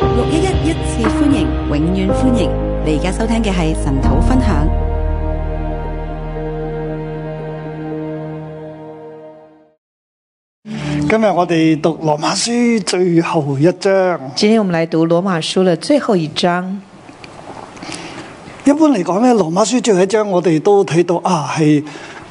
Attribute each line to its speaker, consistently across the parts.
Speaker 1: 六一一一次歡迎，永遠歡迎！你而家收聽嘅係神土分享。
Speaker 2: 今日我哋讀羅馬書最後一章。
Speaker 3: 今天我们来读罗马书的最后一章。
Speaker 2: 一般嚟講咧，羅馬書最後一章我哋都睇到啊，係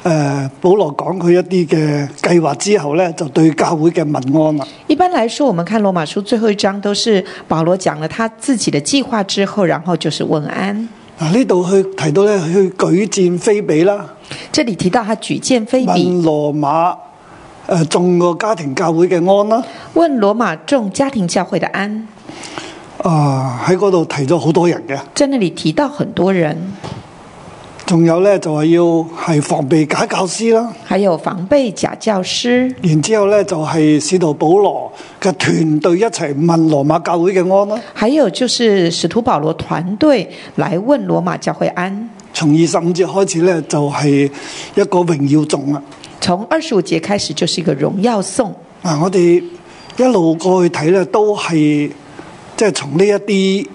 Speaker 2: 诶、呃保羅講佢一啲嘅計劃之後咧，就對教會嘅問安啦。
Speaker 3: 一般来说，我们看罗马书最后一章都是保罗讲了他自己的计划之后，然后就是问安。
Speaker 2: 啊，呢度去提到咧，去舉薦非比啦，
Speaker 3: 这里提到他举荐非比，
Speaker 2: 問羅馬诶、呃、眾個家庭教會嘅安啦。
Speaker 3: 问罗马众家庭教会的安，
Speaker 2: 啊，喺嗰度提咗好多人嘅，
Speaker 3: 在那里提到很多人，
Speaker 2: 仲有咧就係要係防備假教師啦。
Speaker 3: 还有防备假教师，
Speaker 2: 然之後咧就係使徒保羅嘅團隊一齊問羅馬教會嘅安啦。
Speaker 3: 还有就是使徒保罗团队来问罗马教会安。
Speaker 2: 從二十五節開始咧就係一個榮耀頌啦。
Speaker 3: 从二十五节开始就是一个荣耀颂，
Speaker 2: 嗱，我哋一路過去睇咧都係即係從呢一啲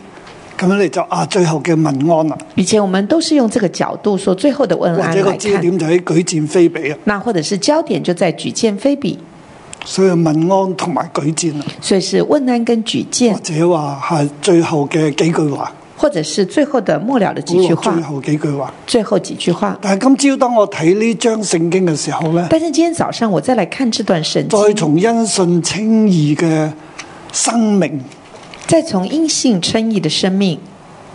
Speaker 2: 咁樣嚟就啊最後嘅問安啦，
Speaker 3: 以前我们都是用这个角度说最後的問
Speaker 2: 或
Speaker 3: 安
Speaker 2: 者個
Speaker 3: 来
Speaker 2: 焦
Speaker 3: 看，
Speaker 2: 點就喺舉薦非比啊，
Speaker 3: 那或者是焦點就在舉薦非比，
Speaker 2: 所以問安同埋舉薦啊，
Speaker 3: 所以是問安跟舉
Speaker 2: 或
Speaker 3: 薦，
Speaker 2: 者話係最後嘅幾句話，
Speaker 3: 或者是最後的末了的
Speaker 2: 保
Speaker 3: 幾句
Speaker 2: 羅最
Speaker 3: 話，
Speaker 2: 後幾句話。
Speaker 3: 最後幾句話。
Speaker 2: 但係今朝當我睇呢張聖經嘅時候咧。
Speaker 3: 但是今天早上我再来看这段聖
Speaker 2: 再
Speaker 3: 經，
Speaker 2: 從因信稱義嘅生命，
Speaker 3: 再從因信稱義的生命，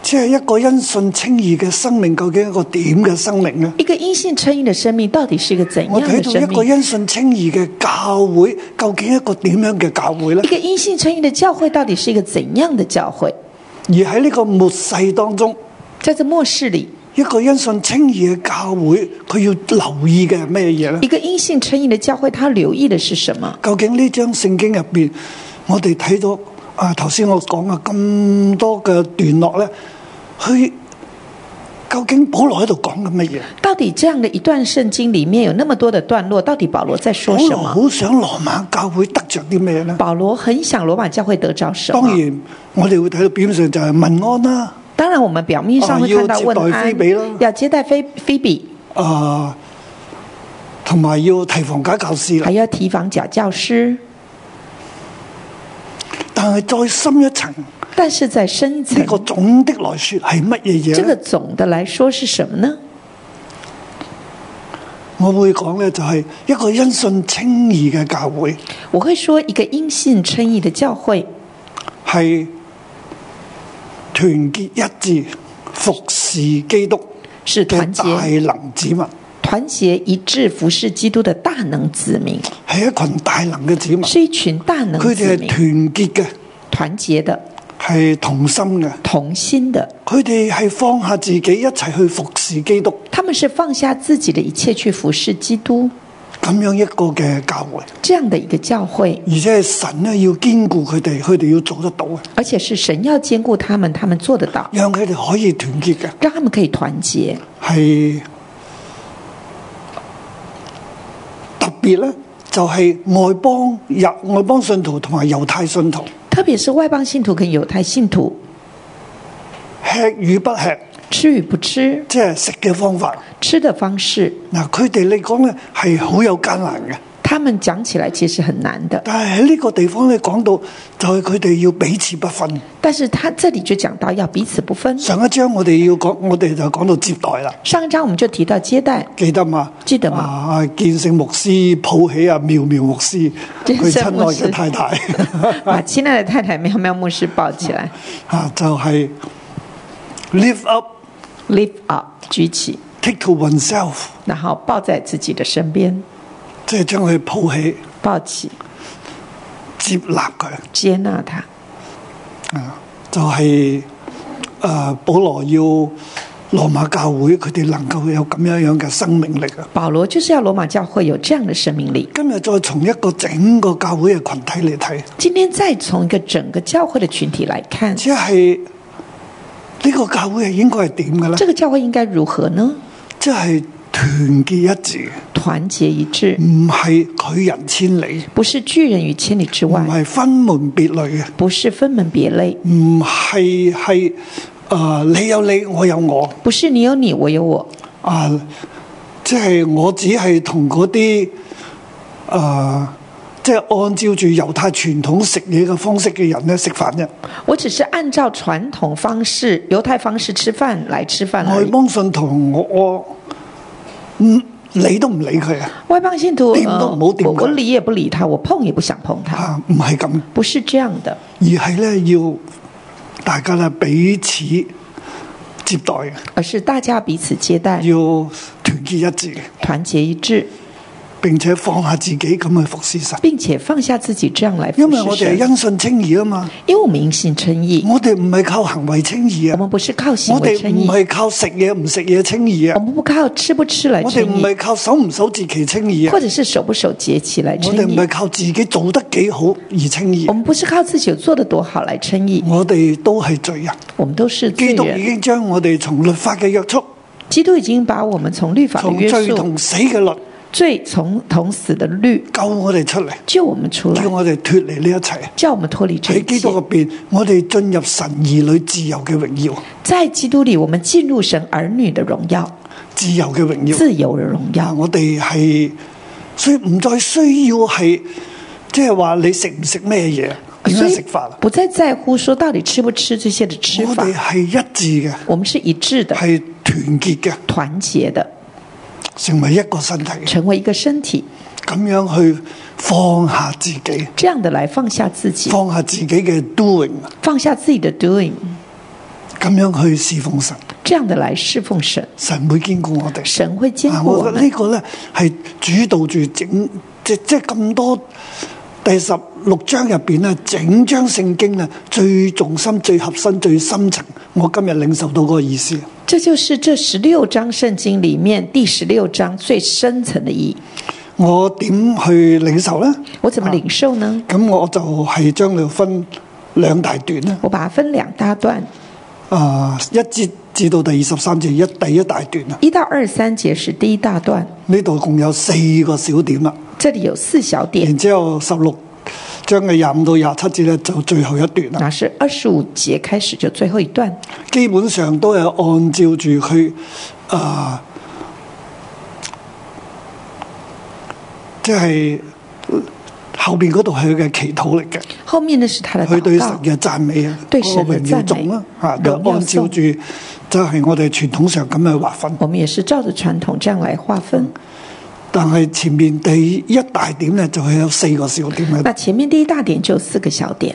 Speaker 2: 即係一個因信稱義嘅生命，究竟一個點嘅生命呢？
Speaker 3: 一個因信稱義的生命到底是一個怎樣
Speaker 2: 我睇
Speaker 3: 的
Speaker 2: 到一個
Speaker 3: 生命？
Speaker 2: 因信稱義嘅教會，究竟一個點樣嘅教會呢
Speaker 3: 一？個因信稱義的教會到底是一個怎樣的教會？
Speaker 2: 而喺呢個末世當中，
Speaker 3: 在這末世裡，
Speaker 2: 一個因信稱義嘅教會，佢要留意嘅係咩嘢呢？
Speaker 3: 一個因信稱義的教會，他留意的是什麼？
Speaker 2: 究竟呢張聖經入邊，我哋睇到啊頭先我講嘅咁多嘅段落呢，佢究竟保羅喺度講緊乜嘢？
Speaker 3: 到底这样的一段圣经里面有那么多的段落，到底保罗在
Speaker 2: 保
Speaker 3: 说什
Speaker 2: 羅
Speaker 3: 么？
Speaker 2: 哦好想羅馬教會得着啲咩呢？
Speaker 3: 保罗很想罗马教会得啊着什么？
Speaker 2: 當，然，我哋會睇到表面上就係民安啦，
Speaker 3: 我们表面上会看到问
Speaker 2: 啊要接待菲
Speaker 3: 安
Speaker 2: 比咯，
Speaker 3: 要接待菲菲比，
Speaker 2: 啊、同埋要提防假教師啦
Speaker 3: 还。要提防假教师。
Speaker 2: 但係再深一層，呢、
Speaker 3: 但是在深一层，
Speaker 2: 個總的來說係乜嘢嘢
Speaker 3: 这个
Speaker 2: 呢？
Speaker 3: 总的来说是什么呢？
Speaker 2: 我會講咧，就係一個因信稱義嘅教會，
Speaker 3: 我会说，一个因信称义的教会
Speaker 2: 係團結一致，服侍基督
Speaker 3: 是
Speaker 2: 嘅
Speaker 3: 团
Speaker 2: 大
Speaker 3: 结、
Speaker 2: 能子民，
Speaker 3: 团结一致服侍基督的大能子民，
Speaker 2: 係一群大能嘅子民。
Speaker 3: 是一群大能
Speaker 2: 佢哋
Speaker 3: 子
Speaker 2: 係
Speaker 3: 民，
Speaker 2: 團結嘅，
Speaker 3: 团结的、
Speaker 2: 係同心嘅。
Speaker 3: 同心的。
Speaker 2: 佢哋係放下自己一齊去服侍基督，
Speaker 3: 他们是放下自己的一切去服侍基督，
Speaker 2: 咁樣一個嘅教會，
Speaker 3: 这样的一个教会，
Speaker 2: 而且係神咧要堅固佢哋，佢哋要做得到嘅，
Speaker 3: 而且是神要兼顾他们，他们做得到，
Speaker 2: 讓佢哋可以團結嘅，
Speaker 3: 让他们可以团结。
Speaker 2: 係特別咧就係外邦入外邦信徒同埋猶太信徒
Speaker 3: 特别是外邦信徒跟犹太信徒，
Speaker 2: 吃與不吃，
Speaker 3: 吃与不吃，
Speaker 2: 即係食嘅方法。
Speaker 3: 吃的方式，
Speaker 2: 嗱，佢哋嚟講咧係好有艱難嘅，
Speaker 3: 他们讲起来其实很难的。
Speaker 2: 但係喺呢個地方咧講到就係佢哋要彼此不分。
Speaker 3: 但是他这里就讲到要彼此不分。
Speaker 2: 上一章我哋要講，我哋就講到接待啦，
Speaker 3: 上一章我们就提到接待，
Speaker 2: 記得嘛？
Speaker 3: 記得嘛
Speaker 2: 啊，建聖牧師抱起啊妙妙牧師，
Speaker 3: 建
Speaker 2: 佢親
Speaker 3: 聖牧
Speaker 2: 愛
Speaker 3: 師
Speaker 2: 嘅太太
Speaker 3: 把亲爱的太太妙妙牧师抱起来
Speaker 2: 啊，就係、lift up
Speaker 3: ，lift up，举起，
Speaker 2: take to oneself，
Speaker 3: 然后抱在自己的身边，
Speaker 2: 即係將佢抱起，
Speaker 3: 抱起，
Speaker 2: 接納佢。
Speaker 3: 接纳他。
Speaker 2: 就係、呃保羅要羅馬教會佢哋能夠有咁樣樣嘅生命力啊！
Speaker 3: 保罗就是要罗马教会有这样的生命力。
Speaker 2: 今日再從一個整個教會嘅群體嚟睇，
Speaker 3: 今天再從一個整個教會的群體來看，
Speaker 2: 即係呢個教會係應該係點嘅咧？
Speaker 3: 這個教會應該如何呢？
Speaker 2: 即係團結一致，
Speaker 3: 团结一致，
Speaker 2: 唔係拒人千里，
Speaker 3: 不是拒人于千里之
Speaker 2: 唔
Speaker 3: 外，
Speaker 2: 係分門別類嘅，
Speaker 3: 不是分门别类，
Speaker 2: 唔係係啊你有你，我有我
Speaker 3: 不是你有你，我有我，
Speaker 2: 啊，即係我只係同嗰啲啊，即係按照住猶太傳統食嘢嘅方式嘅人咧食飯啫，
Speaker 3: 我只是按照传统方式、犹太方式吃饭来吃饭而
Speaker 2: 外
Speaker 3: 已。
Speaker 2: 邦信徒我我唔理都唔理佢啊，
Speaker 3: 外邦信徒，
Speaker 2: 掂都
Speaker 3: 呃
Speaker 2: 唔好掂
Speaker 3: 我
Speaker 2: 佢
Speaker 3: 我理也不理他，我碰也不想碰他，
Speaker 2: 啊唔係咁。
Speaker 3: 不是这样的，
Speaker 2: 而係咧要大家咧彼此接待啊嘅，
Speaker 3: 而是大家彼此接待，
Speaker 2: 要團結一致嘅，
Speaker 3: 团结一致，
Speaker 2: 並且放下自己咁去服侍神。
Speaker 3: 并且放下自己，这样来服
Speaker 2: 因為我
Speaker 3: 侍
Speaker 2: 哋係
Speaker 3: 神。
Speaker 2: 因信稱義啊嘛，
Speaker 3: 因为我们因信称义，
Speaker 2: 我哋唔係靠行為稱義
Speaker 3: 我
Speaker 2: 啊，
Speaker 3: 们不是靠行
Speaker 2: 我
Speaker 3: 为
Speaker 2: 哋
Speaker 3: 称
Speaker 2: 唔
Speaker 3: 义，
Speaker 2: 係靠食嘢唔食嘢稱義
Speaker 3: 我
Speaker 2: 啊，
Speaker 3: 们不靠吃不吃来
Speaker 2: 我哋
Speaker 3: 称
Speaker 2: 唔
Speaker 3: 义，
Speaker 2: 係靠守唔守自其稱義
Speaker 3: 或
Speaker 2: 啊，
Speaker 3: 者是守不守节期来
Speaker 2: 我
Speaker 3: 称
Speaker 2: 哋唔
Speaker 3: 义
Speaker 2: 係。靠自己做得幾好而稱
Speaker 3: 我
Speaker 2: 義，
Speaker 3: 们不是靠自己有做的多好来称义，
Speaker 2: 我哋都係罪人。
Speaker 3: 我们都是罪
Speaker 2: 基督已
Speaker 3: 人。
Speaker 2: 經將我哋從律法嘅約束，
Speaker 3: 基督已经把我們從律法的
Speaker 2: 從
Speaker 3: 约
Speaker 2: 罪
Speaker 3: 束、
Speaker 2: 同死嘅律
Speaker 3: 罪從同死的律
Speaker 2: 救我哋出嚟，
Speaker 3: 救我们出来
Speaker 2: 叫，我哋脱離呢一切。
Speaker 3: 叫我们脱离这
Speaker 2: 喺
Speaker 3: 一
Speaker 2: 基督入
Speaker 3: 切。
Speaker 2: 边，我哋進入神兒女自由嘅榮耀，
Speaker 3: 在基督里，我们进入神儿女的荣耀、
Speaker 2: 自由嘅榮耀。
Speaker 3: 自由的荣
Speaker 2: 啊，
Speaker 3: 耀。
Speaker 2: 我哋係所以唔再需要係即係話你食唔食咩嘢，點
Speaker 3: 所
Speaker 2: 樣
Speaker 3: 以
Speaker 2: 食法啦。
Speaker 3: 不再在乎说到底吃不吃这些的吃
Speaker 2: 我
Speaker 3: 法，
Speaker 2: 哋係一致嘅，
Speaker 3: 我们是一致的、
Speaker 2: 係團結嘅，
Speaker 3: 团结的，
Speaker 2: 成為一個身體，
Speaker 3: 成为一个身体，
Speaker 2: 咁樣去放下自己，
Speaker 3: 这样的来放下自己，
Speaker 2: 放下自己嘅 doing，
Speaker 3: 放下自己的 doing，
Speaker 2: 咁樣去侍奉神，
Speaker 3: 这样的来侍奉神，
Speaker 2: 神會堅固我哋。
Speaker 3: 神会兼
Speaker 2: 啊
Speaker 3: 顾
Speaker 2: 我
Speaker 3: 我
Speaker 2: 覺得
Speaker 3: 们
Speaker 2: 呢。個咧係主導住整即即咁多第十六章入邊咧，整章聖經咧最重心、最核心、最深層，我今日領受到嗰個意思。
Speaker 3: 这就是这十六章圣经里面第十六章最深层的意义。
Speaker 2: 我點去領受咧？
Speaker 3: 我怎么领受呢？
Speaker 2: 咁我就係將佢分兩大段啦，
Speaker 3: 我把它分两大段，
Speaker 2: 啊、一節至到第二十三節一第一大段啊，
Speaker 3: 一到二三节是第一大段，
Speaker 2: 呢度共有四個小點啦，
Speaker 3: 这里有四小点
Speaker 2: 然，之後十六章嘅廿五到廿七節咧就最後一段啦。
Speaker 3: 那是二十五节开始就最后一段，
Speaker 2: 基本上都係按照住佢啊，即係後邊嗰度係佢嘅祈禱嚟嘅，
Speaker 3: 后面呢是他的
Speaker 2: 佢對
Speaker 3: 祷
Speaker 2: 神
Speaker 3: 告，
Speaker 2: 嘅讚美啊，
Speaker 3: 對
Speaker 2: 嗰個
Speaker 3: 神嘅
Speaker 2: 榮耀
Speaker 3: 讚美
Speaker 2: 頌啦，嚇都
Speaker 3: 榮耀
Speaker 2: 按照
Speaker 3: 頌
Speaker 2: 住就係我哋傳統上咁去劃分。
Speaker 3: 我们也是照着传统这样来划分。
Speaker 2: 但係前面第一大點咧，就係有四個小點嘅，
Speaker 3: 那前面第一大点就有四个小点，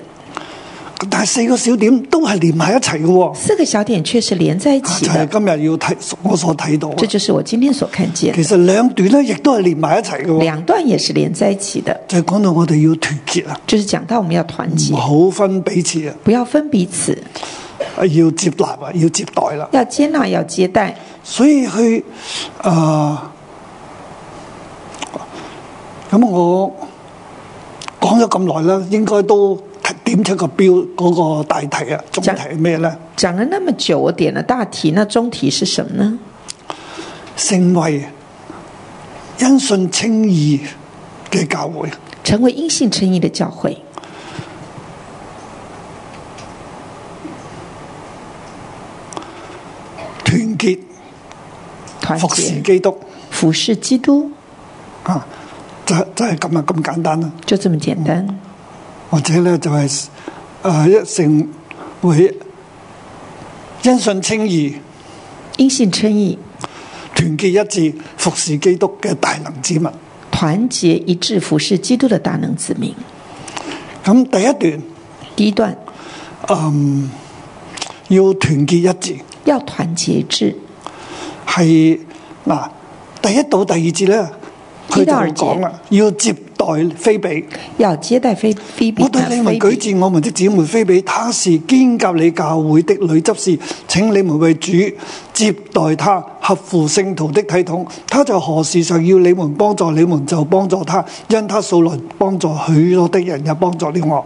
Speaker 2: 但係四個小點都係連埋一齊嘅喎，
Speaker 3: 四个小点确实连在一
Speaker 2: 啊
Speaker 3: 起
Speaker 2: 就係
Speaker 3: 的，
Speaker 2: 今日要睇我所睇到嘅。啊
Speaker 3: 这就是我今天所看见
Speaker 2: 其，實兩段咧，亦都係連埋一齊嘅喎。
Speaker 3: 两段也是连在一起的，
Speaker 2: 就係講到我哋要團結啊，
Speaker 3: 就是讲到我们要团结
Speaker 2: 唔，好分彼此啊，
Speaker 3: 不要分彼此，
Speaker 2: 要接納啊，要接待啦。
Speaker 3: 要接纳，要接待。
Speaker 2: 所以去啊，咁、我講咗咁耐啦，應該都點出個標嗰、個大題啊，總題係咩咧？
Speaker 3: 讲了那么久，我点了大题，那中题是什么呢？
Speaker 2: 成為因信稱義嘅教會，
Speaker 3: 成为因信称义的教会，
Speaker 2: 團結
Speaker 3: 团
Speaker 2: 服侍
Speaker 3: 结
Speaker 2: 基督
Speaker 3: 服侍基督，
Speaker 2: 啊，就就係咁啊，咁簡單啦。
Speaker 3: 就这么简单。
Speaker 2: 或者咧就係、呃一成會因信稱義、
Speaker 3: 因信称义，
Speaker 2: 團結一致、服侍基督嘅大能之民。
Speaker 3: 团结一致服侍基督的大能子民。
Speaker 2: 咁第一段
Speaker 3: 第一段
Speaker 2: 要團結一致，
Speaker 3: 要团结一致，
Speaker 2: 係嗱第一到第二節咧，佢就
Speaker 3: 知道而
Speaker 2: 講啦，要接待菲比。
Speaker 3: 要接待菲菲比
Speaker 2: 我對你們
Speaker 3: 菲
Speaker 2: 舉
Speaker 3: 比
Speaker 2: 薦我們的姊妹菲比，她是兼夾你教會的女執事，請你們為主接待她，合乎聖徒的體統。她在何事上要你們幫助，你們就幫助她，因她素來幫助許多的人，也幫助了我。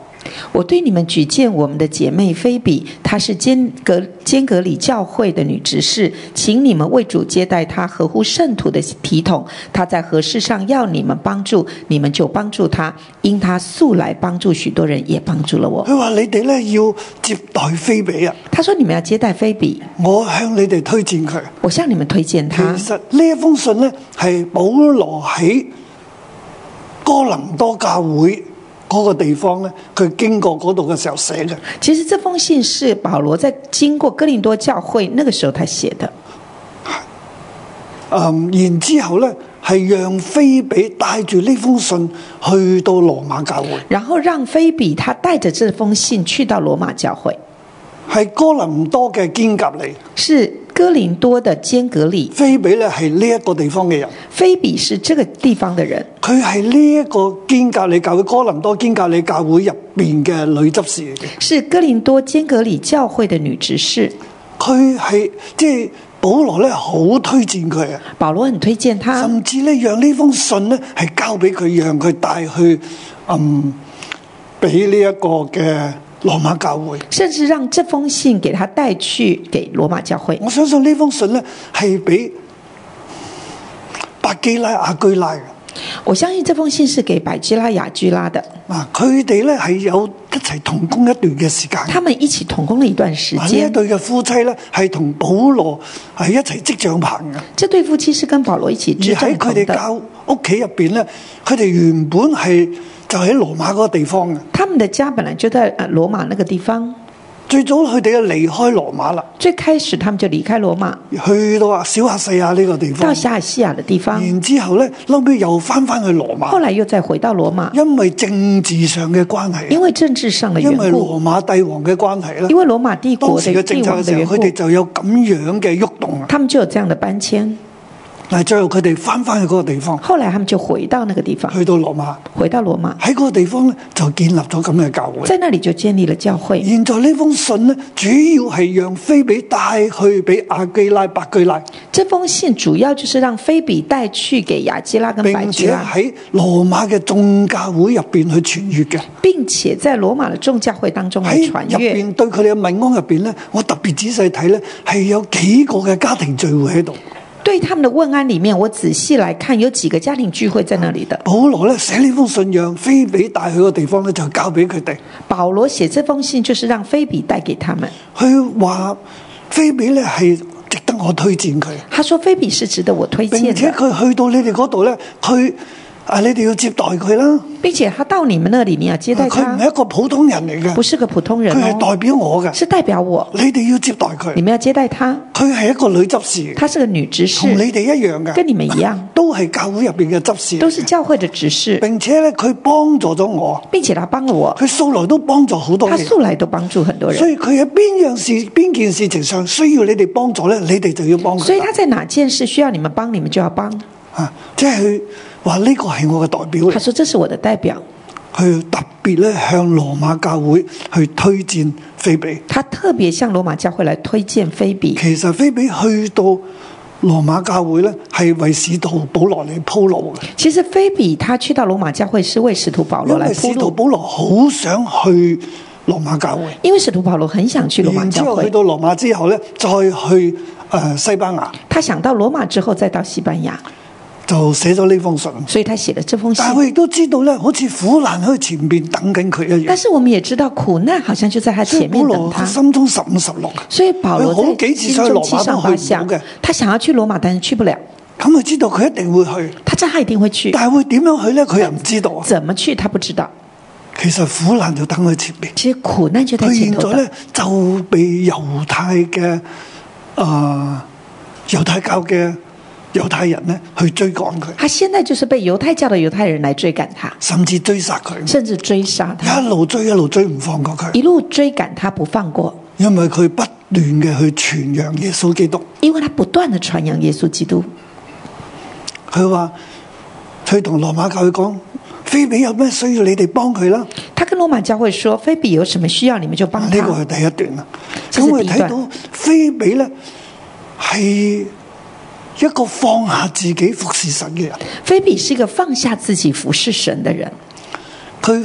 Speaker 3: 我对你们举荐我们的姐妹菲比，她是间隔间隔里教会的女执事，请你们为主接待她合乎圣徒的体统。她在何事上要你们帮助，你们就帮助她，因她素来帮助许多人，也帮助了我。
Speaker 2: 佢話：你哋咧要接待菲比啊，
Speaker 3: 她说：“你们要接待菲比，
Speaker 2: 我向你哋推薦佢。
Speaker 3: 我向你们推荐
Speaker 2: 其
Speaker 3: 她。”
Speaker 2: 實呢一封信咧係保羅喺哥林多教會嗰個地方咧，佢經過嗰度嘅時候寫嘅。
Speaker 3: 其实这封信是保罗在经过哥林多教会那个时候他写的，
Speaker 2: 嗯，然之後咧係讓菲比帶住呢封信去到羅馬教會，
Speaker 3: 然后让菲比他带着这封信去到罗马教会，
Speaker 2: 係哥林多嘅堅甲嚟。
Speaker 3: 是哥林多的坚格里。
Speaker 2: 菲比咧係呢一個地方嘅人，
Speaker 3: 菲比是这个地方的人，
Speaker 2: 佢係呢一個堅格里教會哥林多堅格里教會入邊嘅女執事嚟嘅。
Speaker 3: 是哥林多坚格里教会的女执事。
Speaker 2: 佢係即係保羅咧，好推薦佢啊，
Speaker 3: 保罗很推荐他，
Speaker 2: 甚至咧讓呢封信咧係交俾佢，讓佢帶去嗯俾呢一個嘅羅馬教會。
Speaker 3: 甚至让这封信给他带去给罗马教会。
Speaker 2: 我相信呢封信咧係俾百基拉、亞居拉嘅
Speaker 3: 我相信这封信是给百基拉雅居拉的，
Speaker 2: 嗱，啊佢哋咧係有一齊同工一段嘅時間。
Speaker 3: 他们一起同工了一段时
Speaker 2: 嗱呢一
Speaker 3: 间。
Speaker 2: 對嘅夫妻咧係同保羅係一齊織帳棚嘅。
Speaker 3: 这对夫妻是跟保罗一起
Speaker 2: 而
Speaker 3: 执
Speaker 2: 喺佢
Speaker 3: 政同
Speaker 2: 哋
Speaker 3: 的。
Speaker 2: 教屋企入邊咧，佢哋原本係就喺羅馬嗰個地方嘅。
Speaker 3: 他们的家本来就在呃罗马那个地方，
Speaker 2: 最早佢哋就離開羅馬啦，
Speaker 3: 最开始他们就离开罗马，
Speaker 2: 去到啊小亞細亞呢個地
Speaker 3: 到
Speaker 2: 方，
Speaker 3: 小亚细亚的地方，
Speaker 2: 然之後咧，後尾又翻翻去羅
Speaker 3: 后
Speaker 2: 馬，
Speaker 3: 来又再回到罗马，
Speaker 2: 因為政治上嘅關
Speaker 3: 因
Speaker 2: 係，啊
Speaker 3: 为政治上的
Speaker 2: 因
Speaker 3: 缘
Speaker 2: 為
Speaker 3: 故，
Speaker 2: 羅馬帝王嘅關係
Speaker 3: 因
Speaker 2: 咧，
Speaker 3: 为罗马帝
Speaker 2: 當
Speaker 3: 国
Speaker 2: 時嘅
Speaker 3: 的
Speaker 2: 政
Speaker 3: 帝
Speaker 2: 策
Speaker 3: 王
Speaker 2: 嘅
Speaker 3: 的
Speaker 2: 時
Speaker 3: 缘
Speaker 2: 候，
Speaker 3: 故
Speaker 2: 佢，哋就有咁樣嘅喐動啊。
Speaker 3: 他们就有这样的搬迁。
Speaker 2: 但係最後佢哋翻翻去嗰個地方，
Speaker 3: 后来他们就回到那个地方，
Speaker 2: 去到羅馬，
Speaker 3: 回到罗马，
Speaker 2: 喺嗰個地方咧就建立咗咁嘅教會。
Speaker 3: 在那里就建立了教会。
Speaker 2: 現在呢封信咧，主要係讓菲比帶去俾阿基拉、白居拉，
Speaker 3: 这封信主要就是让菲比带去给雅基拉跟百
Speaker 2: 並
Speaker 3: 基
Speaker 2: 且
Speaker 3: 拉，
Speaker 2: 喺羅馬嘅眾教會入邊去傳閱嘅。
Speaker 3: 并且在罗马的众教会当中来
Speaker 2: 喺
Speaker 3: 传
Speaker 2: 入
Speaker 3: 阅。
Speaker 2: 邊對佢哋嘅民安入邊咧，我特別仔細睇咧，係有幾個嘅家庭聚會喺度。
Speaker 3: 对他们的问安里面，我仔细来看，有几个家庭聚会在那里的。
Speaker 2: 保羅咧寫呢封信，讓菲比帶去嘅地方咧，就交俾佢哋。
Speaker 3: 保罗写这封信就是让菲比带给他们。
Speaker 2: 佢話菲比咧係值得我推薦佢，
Speaker 3: 他说菲比是值得我推
Speaker 2: 並
Speaker 3: 荐
Speaker 2: 且
Speaker 3: 的，
Speaker 2: 佢去到你哋嗰度咧，佢啊你哋要接待佢啦。
Speaker 3: 并且他到你们那里，你要接待
Speaker 2: 佢唔係
Speaker 3: 他，
Speaker 2: 一個普通人嚟嘅
Speaker 3: 不。是个普通人
Speaker 2: 佢係
Speaker 3: 哦，
Speaker 2: 代表我嘅，
Speaker 3: 是代表我，
Speaker 2: 你哋要接待
Speaker 3: 你
Speaker 2: 佢。
Speaker 3: 们要接待他。
Speaker 2: 佢係一個女執事，
Speaker 3: 她是个女执
Speaker 2: 同
Speaker 3: 事，
Speaker 2: 你哋一樣 嘅，
Speaker 3: 跟你们一样，
Speaker 2: 都係教會入边嘅執事嚟
Speaker 3: 都是
Speaker 2: 嘅。
Speaker 3: 教会的执事，
Speaker 2: 並且咧，佢幫助咗我，
Speaker 3: 并且他帮了我，
Speaker 2: 佢素來都幫助好多
Speaker 3: 他
Speaker 2: 人，所
Speaker 3: 素来都帮助很多人，
Speaker 2: 以佢喺邊樣事、邊件事情上需要你哋幫助咧，你哋就要幫
Speaker 3: 所
Speaker 2: 佢
Speaker 3: 以
Speaker 2: 啦。
Speaker 3: 他在哪件事需要你们帮，你们就要帮。
Speaker 2: 啊，即係佢話呢個係我嘅代表
Speaker 3: 他
Speaker 2: 嚟，
Speaker 3: 说这是我的代表，
Speaker 2: 佢特別咧向羅馬教會去推薦菲比。
Speaker 3: 他特别向罗马教会来推荐菲比。
Speaker 2: 其實菲比去到羅馬教會咧，係為使徒保羅嚟鋪路嘅。
Speaker 3: 其实菲比他去到罗马教会是为使徒保罗
Speaker 2: 因
Speaker 3: 来
Speaker 2: 為
Speaker 3: 铺
Speaker 2: 使徒
Speaker 3: 路，
Speaker 2: 保羅好想去羅馬教會，
Speaker 3: 因为使徒保罗很想去罗马
Speaker 2: 然之
Speaker 3: 教
Speaker 2: 後去
Speaker 3: 会，
Speaker 2: 到羅馬之後咧，再去呃西班牙
Speaker 3: 他想到羅馬之後再到西班牙，
Speaker 2: 就寫咗呢封信。
Speaker 3: 所以他寫了這封信
Speaker 2: 但。係我亦都知道咧，好似苦難喺前面等緊佢一
Speaker 3: 但
Speaker 2: 樣。
Speaker 3: 是我們也知道，苦難好像就在他
Speaker 2: 所以
Speaker 3: 前
Speaker 2: 保
Speaker 3: 面等
Speaker 2: 羅
Speaker 3: 他
Speaker 2: 佢。心中十五十六，
Speaker 3: 所以保羅
Speaker 2: 佢好
Speaker 3: 在
Speaker 2: 幾次
Speaker 3: 心
Speaker 2: 想去
Speaker 3: 中
Speaker 2: 羅
Speaker 3: 七
Speaker 2: 馬
Speaker 3: 上
Speaker 2: 都
Speaker 3: 八
Speaker 2: 去唔
Speaker 3: 下
Speaker 2: 到嘅，，
Speaker 3: 他想要去羅馬，但是去不了。
Speaker 2: 咁佢知道佢一定會去，
Speaker 3: 他知道他一定會去，
Speaker 2: 但係會點樣去咧？佢又唔知道啊。
Speaker 3: 怎麼去他不知道。
Speaker 2: 其實苦難就等佢前面。
Speaker 3: 其實苦難就在
Speaker 2: 佢
Speaker 3: 前
Speaker 2: 現在
Speaker 3: 頭的。
Speaker 2: 咧就被猶太嘅啊、猶太教嘅猶太人咧去追趕佢，
Speaker 3: 他現在就是被猶太教的猶太人來追趕他，
Speaker 2: 甚至追殺佢，
Speaker 3: 甚至追殺他，
Speaker 2: 一路追一路追唔放過佢，
Speaker 3: 一路追趕他不放過，
Speaker 2: 因為佢不斷嘅去傳揚耶穌基督。
Speaker 3: 因為他不斷的傳揚耶穌基督。
Speaker 2: 佢話：佢同羅馬教會講，菲比有咩需要你哋幫佢啦。
Speaker 3: 他跟羅馬教會說：“菲比有什麼需要，你們就幫
Speaker 2: 呢
Speaker 3: 他。
Speaker 2: 個係第一段啦。啊
Speaker 3: 這
Speaker 2: 咁
Speaker 3: 是
Speaker 2: 我
Speaker 3: 第
Speaker 2: 哋睇
Speaker 3: 一段
Speaker 2: 到菲比咧係一個放下自己服侍神嘅人。
Speaker 3: 菲比是一個放下自己服侍神的人，
Speaker 2: 佢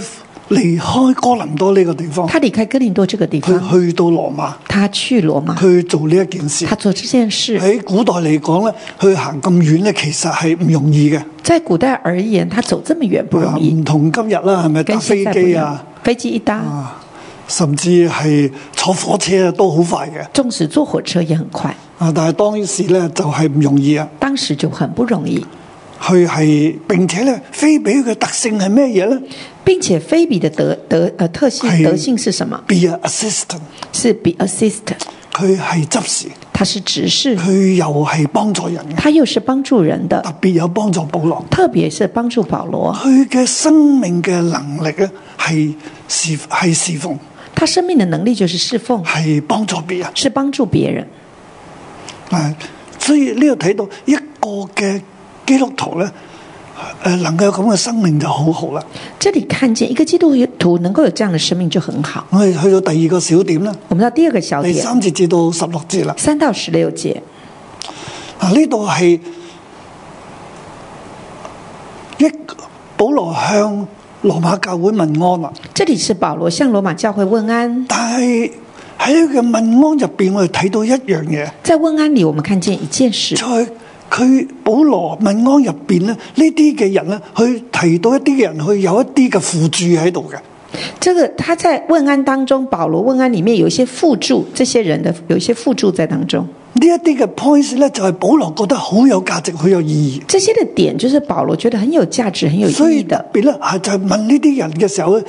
Speaker 2: 離開哥林多呢個地方，
Speaker 3: 他离开哥林多这个地
Speaker 2: 佢
Speaker 3: 方，
Speaker 2: 去到羅馬，
Speaker 3: 他去罗马，
Speaker 2: 去做呢一件事
Speaker 3: 他。做这件事，
Speaker 2: 喺古代嚟講咧，去行咁遠咧，其實係唔容易嘅，
Speaker 3: 在古代而言，他走这么远不容易，
Speaker 2: 唔同今日啦，係咪搭
Speaker 3: 跟现
Speaker 2: 飛
Speaker 3: 在不一
Speaker 2: 機
Speaker 3: 样
Speaker 2: 啊，。
Speaker 3: 嗯飞机一啊搭，
Speaker 2: 甚至係坐火車啊，都好快嘅。
Speaker 3: 纵使坐火车也很快，
Speaker 2: 啊，但係當時咧就係唔容易啊。
Speaker 3: 当时就很不容易。
Speaker 2: 佢係並且咧，非比佢嘅特性係咩嘢咧
Speaker 3: 并且菲比的德德呃特性
Speaker 2: 是
Speaker 3: 德性是什么？
Speaker 2: ？Be a assistant，
Speaker 3: 是 be assist，
Speaker 2: 佢係執事，
Speaker 3: 他是执事，
Speaker 2: 佢又係幫助人嘅，
Speaker 3: 他又是帮助人的，
Speaker 2: 特別有幫助保羅。
Speaker 3: 特别是帮助保罗，
Speaker 2: 佢嘅生命嘅能力咧，係侍係侍奉，
Speaker 3: 他生命的能力就是侍奉，
Speaker 2: 係幫助別人。
Speaker 3: 是帮助别人。
Speaker 2: 啊，所以呢度睇到一個嘅基督徒咧，誒能夠有咁嘅生命就好好啦。
Speaker 3: 这里看见一个基督徒能够有这样的生命就很好。
Speaker 2: 我哋去到第二個小點啦，
Speaker 3: 我们到第二个小
Speaker 2: 第
Speaker 3: 点，
Speaker 2: 三節至到十六節啦。
Speaker 3: 三到十六节，
Speaker 2: 嗱，呢度係一保羅向羅馬教會問安啦，啊
Speaker 3: 这里是保罗向罗马教会问安。
Speaker 2: 但係喺佢嘅問安入邊，我哋睇到一樣嘢，
Speaker 3: 在问安里，我们看见一件事，
Speaker 2: 在佢保羅問安入邊咧，呢啲嘅人咧，佢提到一啲嘅人，佢有一啲嘅輔助喺度嘅。
Speaker 3: 这个他在问安当中，保罗问安里面有一些附注，这些人的有一些附注在当中。
Speaker 2: 呢一啲嘅 points 咧，就係保羅覺得好有價值、好有意
Speaker 3: 这些的点就是保罗觉得很有价值、很有
Speaker 2: 義。所
Speaker 3: 意
Speaker 2: 以
Speaker 3: 义
Speaker 2: 特
Speaker 3: 的。
Speaker 2: 別咧，係就係問呢啲人嘅時候咧，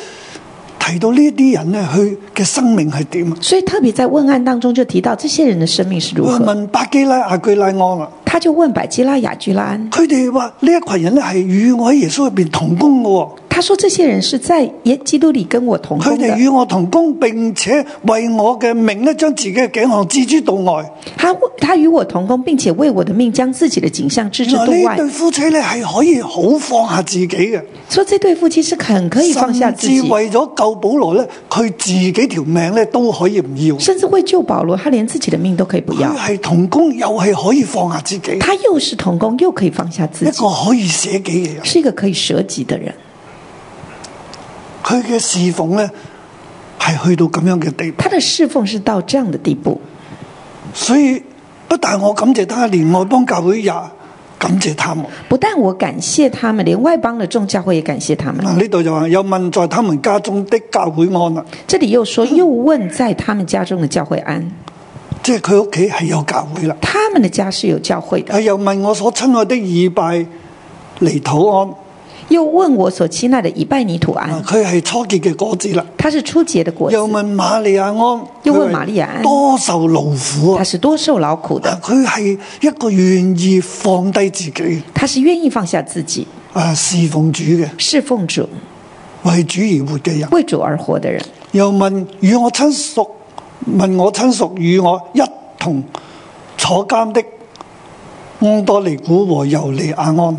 Speaker 2: 提到呢啲人咧，佢嘅生命係點啊？
Speaker 3: 所以特别在问案当中就提到这些人的生命是如
Speaker 2: 佢
Speaker 3: 何，
Speaker 2: 問巴基拉、亞居拉安啊，
Speaker 3: 他就问百基拉、雅居拉安，
Speaker 2: 佢哋話呢一群人咧係與我喺耶穌入邊同工嘅喎，
Speaker 3: 他说这些人是在耶基督里跟我同
Speaker 2: 佢
Speaker 3: 工
Speaker 2: 哋
Speaker 3: 的，
Speaker 2: 與我同工，並且為我嘅命咧將自己嘅頸項置諸度外。
Speaker 3: 他他与我同工，并且为我的命将自己的景象置之
Speaker 2: 原來
Speaker 3: 度
Speaker 2: 呢
Speaker 3: 外。
Speaker 2: 對夫妻咧係可以好放下自己嘅，
Speaker 3: 说这对夫妻是很可以放下
Speaker 2: 甚
Speaker 3: 自己
Speaker 2: 至，為咗救保羅咧，佢自己條命咧都可以唔要。
Speaker 3: 甚至为救保罗，他连自己的命都可以不要
Speaker 2: 佢。係同工，又係可以放下自己，
Speaker 3: 他又是同工，又可以放下自
Speaker 2: 一
Speaker 3: 己，
Speaker 2: 個可以捨己嘅人。
Speaker 3: 是一个可以舍己的人。
Speaker 2: 佢嘅侍奉咧係去到咁樣嘅地步，
Speaker 3: 他的侍奉是到这样的地步，
Speaker 2: 所以不但我感謝他，連外邦教會也感謝他們。
Speaker 3: 不但我感谢他们，连外邦的众教会也感谢他们。
Speaker 2: 嗱，呢度就話有問在他們家中的教會安啦，
Speaker 3: 这里又说，又问在他们家中的教会安，
Speaker 2: 即係佢屋企係有教會啦。
Speaker 3: 他们的家是有教会的。
Speaker 2: 佢又問我所親愛的以拜尼土安，
Speaker 3: 又问我所亲爱的以拜尼土
Speaker 2: 啊
Speaker 3: 安，
Speaker 2: 佢係初結嘅果子啦。
Speaker 3: 他是初结的嗯果
Speaker 2: 又
Speaker 3: 子，
Speaker 2: 問瑪利亞安，
Speaker 3: 又問
Speaker 2: 佢係
Speaker 3: 瑪利亞安
Speaker 2: 多受勞苦
Speaker 3: 他
Speaker 2: 啊！
Speaker 3: 是多受劳苦的，
Speaker 2: 佢係一個願意放低自己。
Speaker 3: 他是愿意放下自己
Speaker 2: 啊侍奉主嘅，
Speaker 3: 侍奉主、
Speaker 2: 為主而活嘅人。
Speaker 3: 为主而活的人。
Speaker 2: 又問與我親屬，問我親屬與我一同坐監的安多尼古和尤利亞安，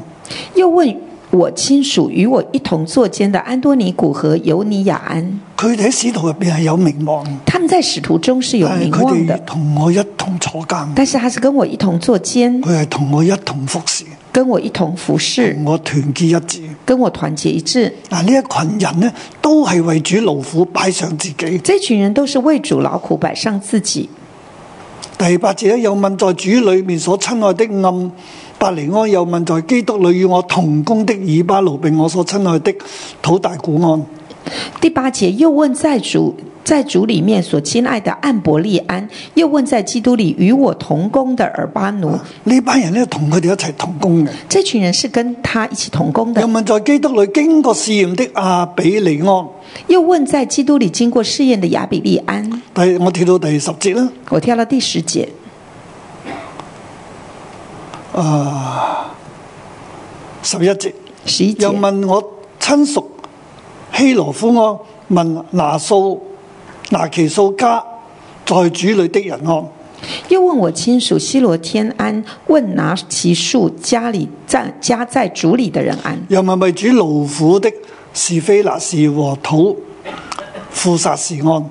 Speaker 3: 又问我亲属与我一同坐监的安多尼古和尤尼雅安，
Speaker 2: 佢哋喺使徒入邊係有名望，
Speaker 3: 他們在使徒中是有
Speaker 2: 但係
Speaker 3: 名
Speaker 2: 佢
Speaker 3: 望
Speaker 2: 哋
Speaker 3: 的，
Speaker 2: 同我一同坐監，
Speaker 3: 但是他是跟我一同坐监，
Speaker 2: 佢係同我一同服侍，
Speaker 3: 跟我一同服侍
Speaker 2: 同，我團結一致。
Speaker 3: 跟我团结一致。
Speaker 2: 嗱，呢一群人呢，都係為主勞苦擺上自己。
Speaker 3: 这群人都是为主劳苦，摆上自己。
Speaker 2: 第八節咧，又問在主裏面所親愛的暗伯尼安，又問在基督裏與我同工的以巴路，並我所親愛的土大古安。
Speaker 3: 第八节又问在主在主里面所亲爱的安伯利安，又问在基督里与我同工的尔巴奴，
Speaker 2: 呢班人咧同佢哋一齊同工嘅。
Speaker 3: 这群人是跟他一起同工
Speaker 2: 又
Speaker 3: 的。
Speaker 2: 問在基督裏經過試驗的亞比利安。
Speaker 3: 又问在基督里经过试验的亚比利安。
Speaker 2: 第我跳到第十節啦。
Speaker 3: 我跳到第十节，
Speaker 2: 十一節
Speaker 3: 十一节
Speaker 2: 又問我親屬希羅夫安，問拿素拿其素家在主裏的人安。
Speaker 3: 又问我亲属西罗天安，问拿其树家里在家在主里的人安，
Speaker 2: 又問為主勞苦的是非那是和土富殺是安。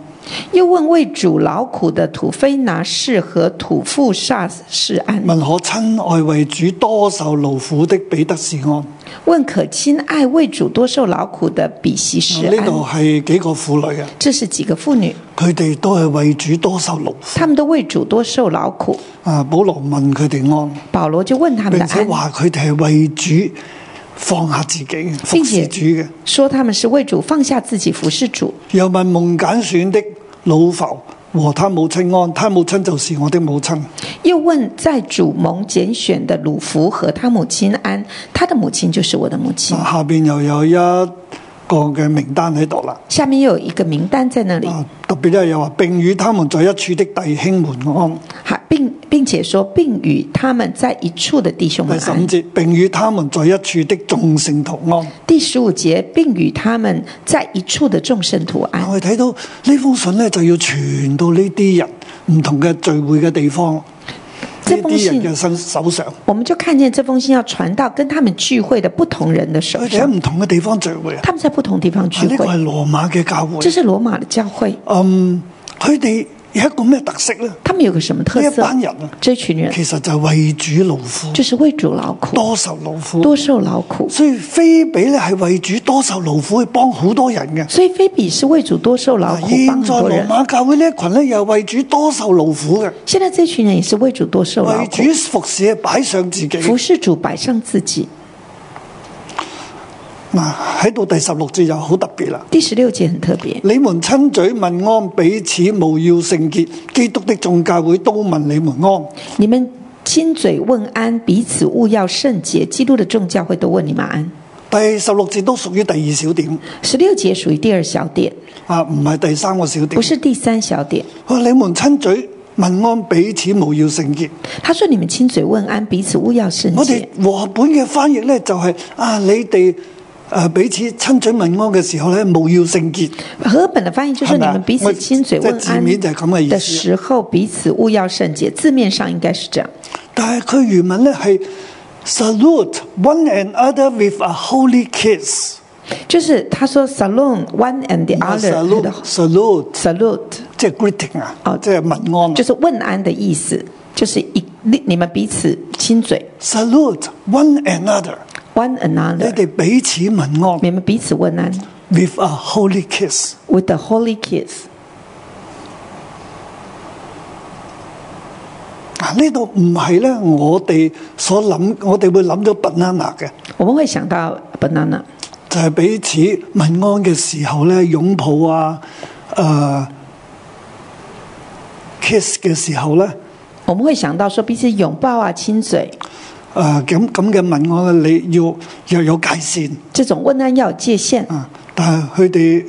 Speaker 3: 又问为主劳苦的土非拿氏和土富萨氏安，
Speaker 2: 嗯問可親愛為主多受勞苦的彼得是安。
Speaker 3: 问可亲爱为主多受劳苦的比西施
Speaker 2: 嗯呢度
Speaker 3: 安，
Speaker 2: 係幾個婦女啊，
Speaker 3: 这是几个妇女，
Speaker 2: 佢哋都係為主多受勞苦
Speaker 3: 她们都为主多受劳苦。
Speaker 2: 啊。保羅問佢哋安，
Speaker 3: 保罗就问他们的
Speaker 2: 並且
Speaker 3: 安，
Speaker 2: 話佢哋係為主放下自己嘅，服侍
Speaker 3: 並且
Speaker 2: 主嘅。
Speaker 3: 说他们是为主放下自己服侍主。
Speaker 2: 又問蒙揀選的老浮和他母親安，他母親就是我的母親。
Speaker 3: 又问在主蒙拣选的鲁弗和他母亲安，他的母亲就是我的母亲。
Speaker 2: 啊下邊又有一個嘅名單喺度啦。
Speaker 3: 下面又有一个名单在那里，
Speaker 2: 啊，特別咧又話並與他們在一處的弟兄們安。
Speaker 3: 还并并且说，并与他们在一处的弟兄
Speaker 2: 第
Speaker 3: 们
Speaker 2: 十五
Speaker 3: 安。
Speaker 2: 節並與他們在一處的眾聖徒安。
Speaker 3: 第十五节，并与他们在一处的众圣徒安。
Speaker 2: 我哋睇到呢封信咧，就要傳到呢啲人唔同嘅聚會嘅地方，呢
Speaker 3: 這封
Speaker 2: 啲
Speaker 3: 信
Speaker 2: 人嘅身手上，
Speaker 3: 我们就看见这封信要传到跟他们聚会的不同人的手
Speaker 2: 佢哋喺
Speaker 3: 上，
Speaker 2: 唔同嘅地方聚會啊。
Speaker 3: 他们在不同地方
Speaker 2: 啊
Speaker 3: 聚
Speaker 2: 呢個
Speaker 3: 会
Speaker 2: 係。羅馬嘅教會
Speaker 3: 这。是罗马的教会，
Speaker 2: 嗯，佢哋有一個咩特色咧？
Speaker 3: 他们有个什么特
Speaker 2: 呢一
Speaker 3: 色？
Speaker 2: 班人啊，
Speaker 3: 这群人
Speaker 2: 其實就係為主勞苦，
Speaker 3: 就是为主劳苦，
Speaker 2: 多受勞苦。
Speaker 3: 多受劳苦。
Speaker 2: 所以菲比咧係為主多受勞苦，去幫好多人嘅。
Speaker 3: 所以菲比是为主多受劳
Speaker 2: 啊
Speaker 3: 苦，
Speaker 2: 現
Speaker 3: 帮
Speaker 2: 在
Speaker 3: 很多
Speaker 2: 羅
Speaker 3: 人。
Speaker 2: 馬教會呢一群咧，又係為主多受勞苦嘅，
Speaker 3: 现在这群人也是为主多受劳
Speaker 2: 為
Speaker 3: 苦，
Speaker 2: 主服侍擺上自己。
Speaker 3: 服侍主，摆上自己。
Speaker 2: 嗱，喺到第十六節就好特別啦。
Speaker 3: 第十六节很特别，
Speaker 2: 你們親嘴問安，彼此無要聖潔。基督的眾教會都問你們安。
Speaker 3: 你们亲嘴问安，彼此勿要圣洁。基督的众教会都问你们安。
Speaker 2: 第十六節都屬於第二小點，
Speaker 3: 十六节属于第二小点，
Speaker 2: 啊，唔係第三個小點。
Speaker 3: 不是第三小点。
Speaker 2: 佢話你們親嘴問安，彼此無要聖潔。
Speaker 3: 他说：“你们亲嘴问安，彼此勿要圣
Speaker 2: 我哋
Speaker 3: 洁。
Speaker 2: 和合本嘅翻譯呢，就係、啊，你哋誒彼此親嘴問安嘅時候呢，無要聖潔。”
Speaker 3: 和本的翻译就是
Speaker 2: 是
Speaker 3: 你
Speaker 2: 吧
Speaker 3: 们彼此亲嘴
Speaker 2: 我
Speaker 3: 问
Speaker 2: 这字
Speaker 3: 安
Speaker 2: 面就咁嘅意思
Speaker 3: 的时候，彼此勿要圣洁。字面上应该是这样，
Speaker 2: 但係佢原文呢係 salute one another with a holy kiss。
Speaker 3: 就是他说 “salon one and the other” 的
Speaker 2: salute salute。
Speaker 3: “salute”，
Speaker 2: 即係 greeting 啊，
Speaker 3: 哦
Speaker 2: 即係問安啊。
Speaker 3: 就是问安的意思，就是一你你们彼此亲嘴
Speaker 2: Salute one another，
Speaker 3: one
Speaker 2: 你
Speaker 3: another，
Speaker 2: 哋彼此問安
Speaker 3: 你们彼此问安
Speaker 2: ，with a holy kiss。
Speaker 3: with the holy kiss。
Speaker 2: 啊，呢度唔係咧，我哋所諗，我哋會諗到 banana 嘅，
Speaker 3: 我们会想到 banana，
Speaker 2: 就係、彼此問安嘅時候咧，擁抱啊，誒、kiss 嘅時候咧，
Speaker 3: 我们会想到说彼此拥抱啊、亲嘴，
Speaker 2: 誒咁咁嘅問安咧，你要又有界線
Speaker 3: 这种问安要有界限。
Speaker 2: 啊。但係佢哋，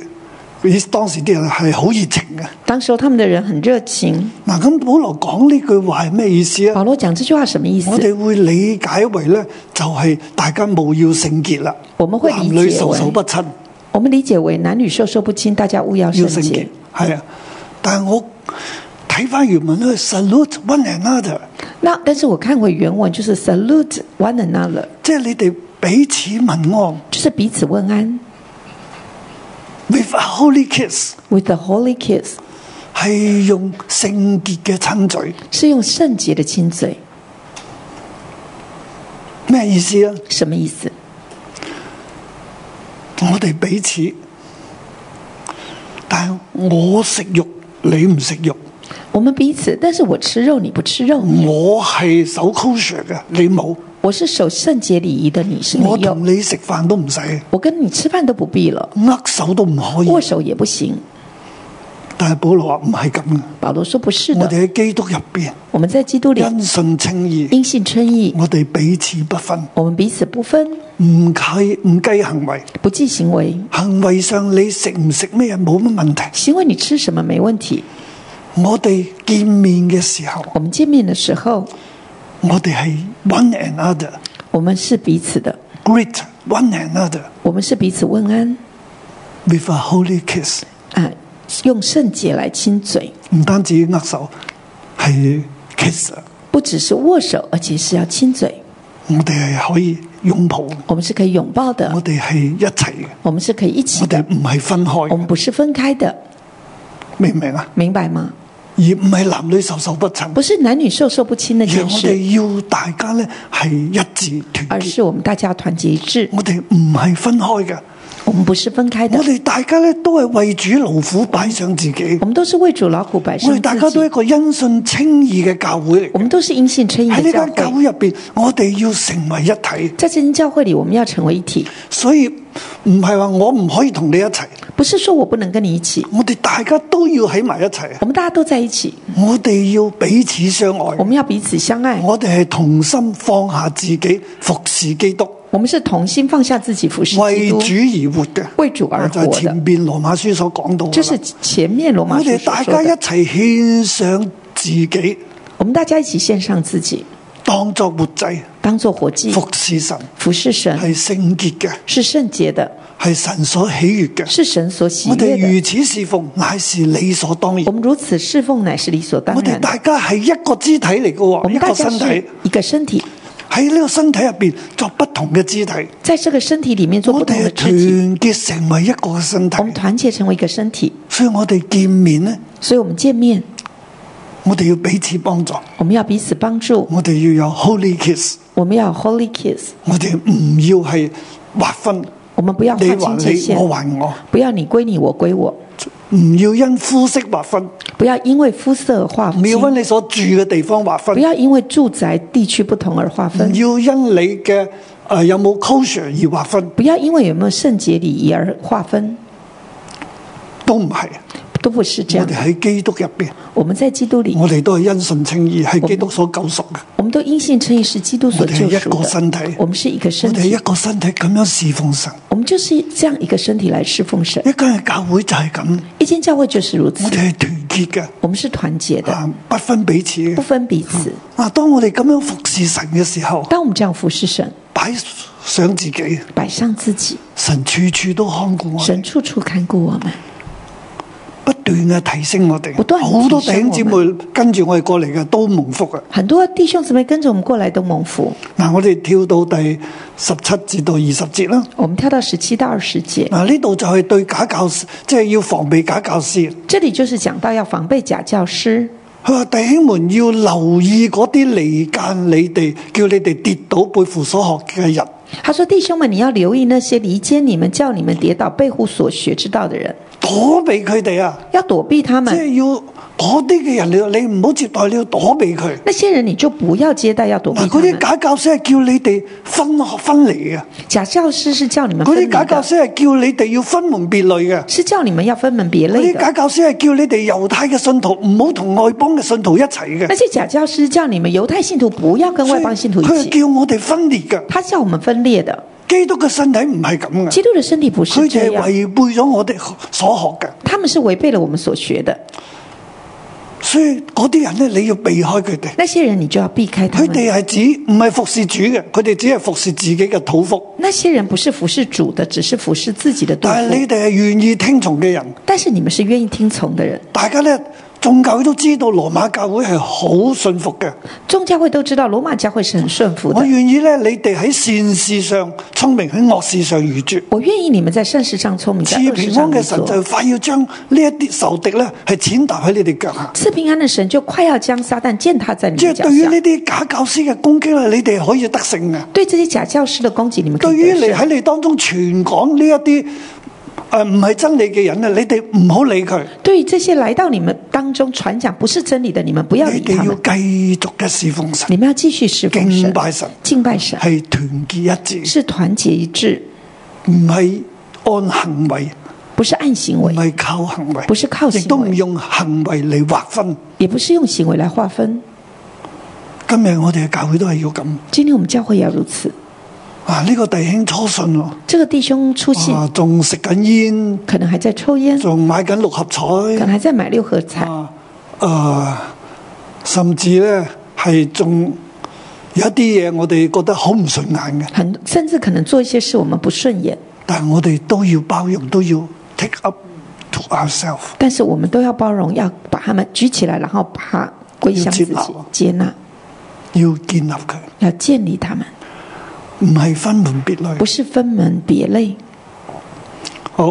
Speaker 2: 以當時啲人係好熱情嘅。
Speaker 3: 当时候他们的人很热情。
Speaker 2: 嗱，咁保羅講呢句話係咩意思啊？
Speaker 3: 保罗讲这句话什么意思
Speaker 2: 我？哋會理解為咧，就係大家務要聖潔啦。
Speaker 3: 我們會理解為
Speaker 2: 男女授受不親，
Speaker 3: 我们理解为男女授受不亲，大家勿要
Speaker 2: 要
Speaker 3: 圣
Speaker 2: 聖潔
Speaker 3: 洁。
Speaker 2: 係啊。但係我睇翻原文咧，salute one another，
Speaker 3: 那但是我看回原文，就是 salute one another，
Speaker 2: 即係你哋彼此問安
Speaker 3: 就是彼此问安
Speaker 2: ，with a holy kiss，
Speaker 3: with the holy kiss，
Speaker 2: 係用聖潔嘅親嘴，
Speaker 3: 是用圣洁的亲嘴，
Speaker 2: 咩意思啊？
Speaker 3: 什么意思？
Speaker 2: 我哋彼此，但係我食肉，你唔食肉。
Speaker 3: 我们彼此，但是我吃肉，你不吃肉；
Speaker 2: 我係守 culture 嘅，你冇。
Speaker 3: 我是守圣洁礼仪的，你是
Speaker 2: 我
Speaker 3: 没有
Speaker 2: 同。你食飯都唔使，
Speaker 3: 我跟你吃饭都不必了，
Speaker 2: 握手都唔可以。
Speaker 3: 握手也不行。
Speaker 2: 但係保羅話唔係咁嘅，
Speaker 3: 保罗说不是
Speaker 2: 我
Speaker 3: 的，
Speaker 2: 哋喺基督入邊
Speaker 3: 我们在基督里
Speaker 2: 因信稱義，
Speaker 3: 因信称义，
Speaker 2: 我哋彼此不分，
Speaker 3: 我们彼此不分，
Speaker 2: 唔計唔計行為，
Speaker 3: 不计行为。
Speaker 2: 行為上你食唔食咩冇乜問題。
Speaker 3: 行为你吃什么没问题。
Speaker 2: 我哋見面嘅時候，
Speaker 3: 我们见面的时候，
Speaker 2: 我哋係 one another
Speaker 3: 我们是彼此的，
Speaker 2: greet one another
Speaker 3: 我们是彼此问安
Speaker 2: with a holy kiss，
Speaker 3: 啊，用圣洁来亲嘴，
Speaker 2: 唔單止握手係 kiss，啊
Speaker 3: 不只是握手，而且是要亲嘴。
Speaker 2: 我哋係可以擁抱，
Speaker 3: 我们是可以拥抱的
Speaker 2: 我，哋係一齊嘅，
Speaker 3: 我们是可以一起
Speaker 2: 我哋
Speaker 3: 的，
Speaker 2: 唔係分開
Speaker 3: 我
Speaker 2: 嘅
Speaker 3: 们。不是分开的，
Speaker 2: 明唔明啊？
Speaker 3: 明白吗？
Speaker 2: 而唔係男女授受不親。
Speaker 3: 不是男女授受不亲的
Speaker 2: 而
Speaker 3: 件
Speaker 2: 我
Speaker 3: 事，
Speaker 2: 哋要大家咧係一致團
Speaker 3: 而
Speaker 2: 結，
Speaker 3: 是我们大家团结一致，
Speaker 2: 我哋唔係分開嘅，
Speaker 3: 我们不是分开的
Speaker 2: 我，哋大家咧都係為主勞苦擺上自己
Speaker 3: 我，们都是为主劳苦摆
Speaker 2: 我
Speaker 3: 上
Speaker 2: 哋大家
Speaker 3: 自
Speaker 2: 都係一
Speaker 3: 己，
Speaker 2: 個因信稱義嘅教會嚟
Speaker 3: 我。们都是因信称义
Speaker 2: 喺
Speaker 3: 的
Speaker 2: 呢
Speaker 3: 教
Speaker 2: 間教
Speaker 3: 会。
Speaker 2: 會入边，我哋要成為一體，
Speaker 3: 在这间教会里，我们要成为一体，
Speaker 2: 所以唔係話我唔可以同你一齊，
Speaker 3: 不是说我不能跟你一起，
Speaker 2: 我哋大家都要喺埋一齊啊！
Speaker 3: 我们大家都在一起，
Speaker 2: 我哋要彼此相
Speaker 3: 我
Speaker 2: 愛，
Speaker 3: 们要彼此相爱，
Speaker 2: 我哋係同心放下自己，服侍基督，
Speaker 3: 我们是同心放下自己服侍
Speaker 2: 為
Speaker 3: 基督
Speaker 2: 主，而活嘅。
Speaker 3: 为主而
Speaker 2: 就
Speaker 3: 活
Speaker 2: 係
Speaker 3: 的
Speaker 2: 前。邊羅馬書所講到
Speaker 3: 就
Speaker 2: 嘅
Speaker 3: 是
Speaker 2: 啦，
Speaker 3: 前面罗马
Speaker 2: 我
Speaker 3: 书
Speaker 2: 哋
Speaker 3: 所
Speaker 2: 大
Speaker 3: 说
Speaker 2: 家一
Speaker 3: 的，
Speaker 2: 齊獻上自己，
Speaker 3: 我们大家一起献上自己，
Speaker 2: 當作活祭，
Speaker 3: 当做活祭，
Speaker 2: 服哎侍神
Speaker 3: 服侍神
Speaker 2: 係聖潔嘅，
Speaker 3: 是圣洁的，
Speaker 2: 係神所喜悅嘅。
Speaker 3: 是神所喜
Speaker 2: 我哋
Speaker 3: 悦的。
Speaker 2: 如此侍奉，乃是理所當然
Speaker 3: 我。们如此侍奉，乃是理所当
Speaker 2: 我哋
Speaker 3: 然
Speaker 2: 大
Speaker 3: 的。
Speaker 2: 家係一個肢體嚟嘅
Speaker 3: 我
Speaker 2: 喎，一
Speaker 3: 们大
Speaker 2: 個
Speaker 3: 家
Speaker 2: 身
Speaker 3: 是
Speaker 2: 體
Speaker 3: 一个身体，
Speaker 2: 喺呢個身體入边作不同嘅肢體。
Speaker 3: 在这个身体里面做不
Speaker 2: 我
Speaker 3: 同
Speaker 2: 哋
Speaker 3: 的
Speaker 2: 係
Speaker 3: 肢
Speaker 2: 團
Speaker 3: 体，
Speaker 2: 結成為一個嘅身體
Speaker 3: 我，们团结成为一个身体。
Speaker 2: 所以我哋見面呢，
Speaker 3: 所以，我们见面，
Speaker 2: 我哋要彼此幫助，
Speaker 3: 我们要彼此帮助，
Speaker 2: 我哋要有 Holy Kiss，
Speaker 3: 我们要有 Holy Kiss，
Speaker 2: 我哋唔要係劃分，
Speaker 3: 我们不要
Speaker 2: 你
Speaker 3: 划清
Speaker 2: 還
Speaker 3: 界
Speaker 2: 你，
Speaker 3: 限，
Speaker 2: 我還我，
Speaker 3: 不要你归你，我归我，
Speaker 2: 唔要因膚色劃分，
Speaker 3: 不要因为肤色而划
Speaker 2: 唔
Speaker 3: 分，
Speaker 2: 要因你所住嘅地方劃分
Speaker 3: 不，要因为住宅地区不同而划
Speaker 2: 唔
Speaker 3: 分。
Speaker 2: 要因你嘅诶、呃有冇 culture 而劃分，
Speaker 3: 不要因为有没有圣洁礼仪而划分，
Speaker 2: 都唔係。
Speaker 3: 都不是这
Speaker 2: 我
Speaker 3: 样
Speaker 2: 哋
Speaker 3: 的。
Speaker 2: 喺基督入边，
Speaker 3: 我们在基督里，
Speaker 2: 我哋都係因信稱義，係基督所救贖嘅。
Speaker 3: 我们都因信称义是基督所救赎
Speaker 2: 我哋一个身体
Speaker 3: 的。我们是一个
Speaker 2: 我
Speaker 3: 身
Speaker 2: 哋一
Speaker 3: 体，
Speaker 2: 個身體咁樣侍奉神，
Speaker 3: 我们就是这样一个身体来侍奉神
Speaker 2: 一。間教會就係咁，
Speaker 3: 一间教会就是如
Speaker 2: 我
Speaker 3: 此，
Speaker 2: 哋係團結嘅，
Speaker 3: 我们是团结的，
Speaker 2: 啊，不分彼此
Speaker 3: 不
Speaker 2: 嘅。
Speaker 3: 分彼此。
Speaker 2: 啊，当我哋咁樣服侍神嘅時候，
Speaker 3: 当我们这样服侍神，
Speaker 2: 擺上自己，
Speaker 3: 摆上自己，
Speaker 2: 神處處都看顧我
Speaker 3: 神
Speaker 2: 哋，
Speaker 3: 处处看顾我们。
Speaker 2: 不斷嘅提升我哋
Speaker 3: 不。斷地提升
Speaker 2: 好多弟兄姊
Speaker 3: 我
Speaker 2: 妹跟住我哋過嚟嘅都蒙福啊！
Speaker 3: 很多弟兄姊妹跟着我们过来都蒙福。
Speaker 2: 嗱，我哋跳到第十七至到二十節啦。
Speaker 3: 我们跳到十七到二十节，
Speaker 2: 嗱，呢度就係對假教師，即係要防備假教師。啊
Speaker 3: 这里就是讲到要防备假教师。
Speaker 2: 佢話：弟兄們要留意嗰啲離間你哋，叫你哋跌倒背負所學嘅人。
Speaker 3: 他说：“弟兄们，你要留意那些离间你们、叫你们跌倒、背乎所学之道的人，
Speaker 2: 躲避佢哋啊！
Speaker 3: 要躲避他
Speaker 2: 即
Speaker 3: 们。
Speaker 2: 係要嗰啲嘅人，你你唔好接待，你要躲避佢。
Speaker 3: 那些人你就不要接待，要躲避
Speaker 2: 嗱，
Speaker 3: 他
Speaker 2: 嗰啲
Speaker 3: 们。
Speaker 2: 假教師係叫你哋分學分離嘅，
Speaker 3: 假教师是叫你们
Speaker 2: 嗰
Speaker 3: 分
Speaker 2: 啲
Speaker 3: 离
Speaker 2: 假教
Speaker 3: 的，
Speaker 2: 師係叫你哋要分門別類嘅，
Speaker 3: 是叫你们要分门别
Speaker 2: 嗰啲
Speaker 3: 类
Speaker 2: 假
Speaker 3: 的。
Speaker 2: 教師係叫你哋猶太嘅信徒唔好同外邦嘅信徒一齊
Speaker 3: 那
Speaker 2: 嘅。
Speaker 3: 些假教师叫你们犹太信徒不要跟
Speaker 2: 所
Speaker 3: 外
Speaker 2: 以
Speaker 3: 邦信徒
Speaker 2: 佢
Speaker 3: 一
Speaker 2: 係
Speaker 3: 起，
Speaker 2: 叫我哋分裂嘅。
Speaker 3: 他叫我们分裂的。
Speaker 2: 基督嘅身體唔係咁
Speaker 3: 基
Speaker 2: 嘅，
Speaker 3: 督的身体不是
Speaker 2: 佢
Speaker 3: 这
Speaker 2: 哋係
Speaker 3: 样，
Speaker 2: 違背咗我哋所學嘅。
Speaker 3: 他们是违背了我们所学的。
Speaker 2: 所以嗰啲人咧，你要避開佢哋。
Speaker 3: 那些人你就要避开他
Speaker 2: 佢
Speaker 3: 们。
Speaker 2: 哋係指唔係服侍主嘅，佢哋只係服侍自己嘅肚腹。
Speaker 3: 那些人不是服侍主的，只是服侍自己的肚
Speaker 2: 但係你
Speaker 3: 腹。
Speaker 2: 哋係願意聽從嘅人，
Speaker 3: 但是你们是愿意听從的人。
Speaker 2: 大家咧眾教會都知道羅馬教會係好信服嘅。
Speaker 3: 众教会都知道，罗马教会是很顺服的
Speaker 2: 我。願意咧，你哋喺善事上聰明，喺惡事上愚拙。
Speaker 3: 我愿意你们在善事上聪明，在
Speaker 2: 賜
Speaker 3: 恶事
Speaker 2: 平
Speaker 3: 上
Speaker 2: 安
Speaker 3: 愚
Speaker 2: 嘅神
Speaker 3: 拙
Speaker 2: 就。快要將呢一啲仇敵咧係踐踏喺你哋腳下。
Speaker 3: 赐平安的神就快要将撒旦践踏在你
Speaker 2: 即
Speaker 3: 们
Speaker 2: 係
Speaker 3: 脚
Speaker 2: 對於
Speaker 3: 下
Speaker 2: 呢。啲假教師嘅攻擊咧，你哋可以得勝嘅。
Speaker 3: 对这些假教师的攻击，你们可
Speaker 2: 對
Speaker 3: 以
Speaker 2: 於你
Speaker 3: 得胜
Speaker 2: 喺你當中傳講呢一啲誒唔係真理嘅人咧，你哋唔好理佢，
Speaker 3: 对于这些来到你们当中传讲不是真理的，你们不要理
Speaker 2: 你哋
Speaker 3: 他
Speaker 2: 要
Speaker 3: 们，
Speaker 2: 繼續嘅侍奉神，
Speaker 3: 你们要继续侍奉
Speaker 2: 敬
Speaker 3: 神、
Speaker 2: 拜神，
Speaker 3: 敬拜神，
Speaker 2: 係團結一致，
Speaker 3: 是團结一致，
Speaker 2: 唔係按行為，
Speaker 3: 不是按行
Speaker 2: 唔
Speaker 3: 为，
Speaker 2: 係靠行為，
Speaker 3: 不是靠
Speaker 2: 亦都
Speaker 3: 行
Speaker 2: 唔
Speaker 3: 为
Speaker 2: 用行為嚟劃分。
Speaker 3: 也不是用行为来划分。
Speaker 2: 今日我哋嘅教會都係要咁
Speaker 3: 今天我们教会也要如此。
Speaker 2: 啊！呢、個弟兄初信喎，
Speaker 3: 这个弟兄出信，
Speaker 2: 啊，仲食緊煙，
Speaker 3: 可能还在抽烟，
Speaker 2: 仲買緊六合
Speaker 3: 可
Speaker 2: 彩
Speaker 3: 能，还在买六合彩，
Speaker 2: 啊，啊甚至咧係仲有一啲嘢我哋覺得好唔順眼嘅。
Speaker 3: 很甚至可能做一些事我们不顺眼，
Speaker 2: 但我哋都要包容，都要 take up to ourselves，
Speaker 3: 但是我们都要包容，要把他们举起来，然后把它归向自己
Speaker 2: 要接纳，
Speaker 3: 接纳，
Speaker 2: 要建立佢，
Speaker 3: 要建立他们，
Speaker 2: 唔係分門別
Speaker 3: 不
Speaker 2: 類。
Speaker 3: 是分门别类。
Speaker 2: 好，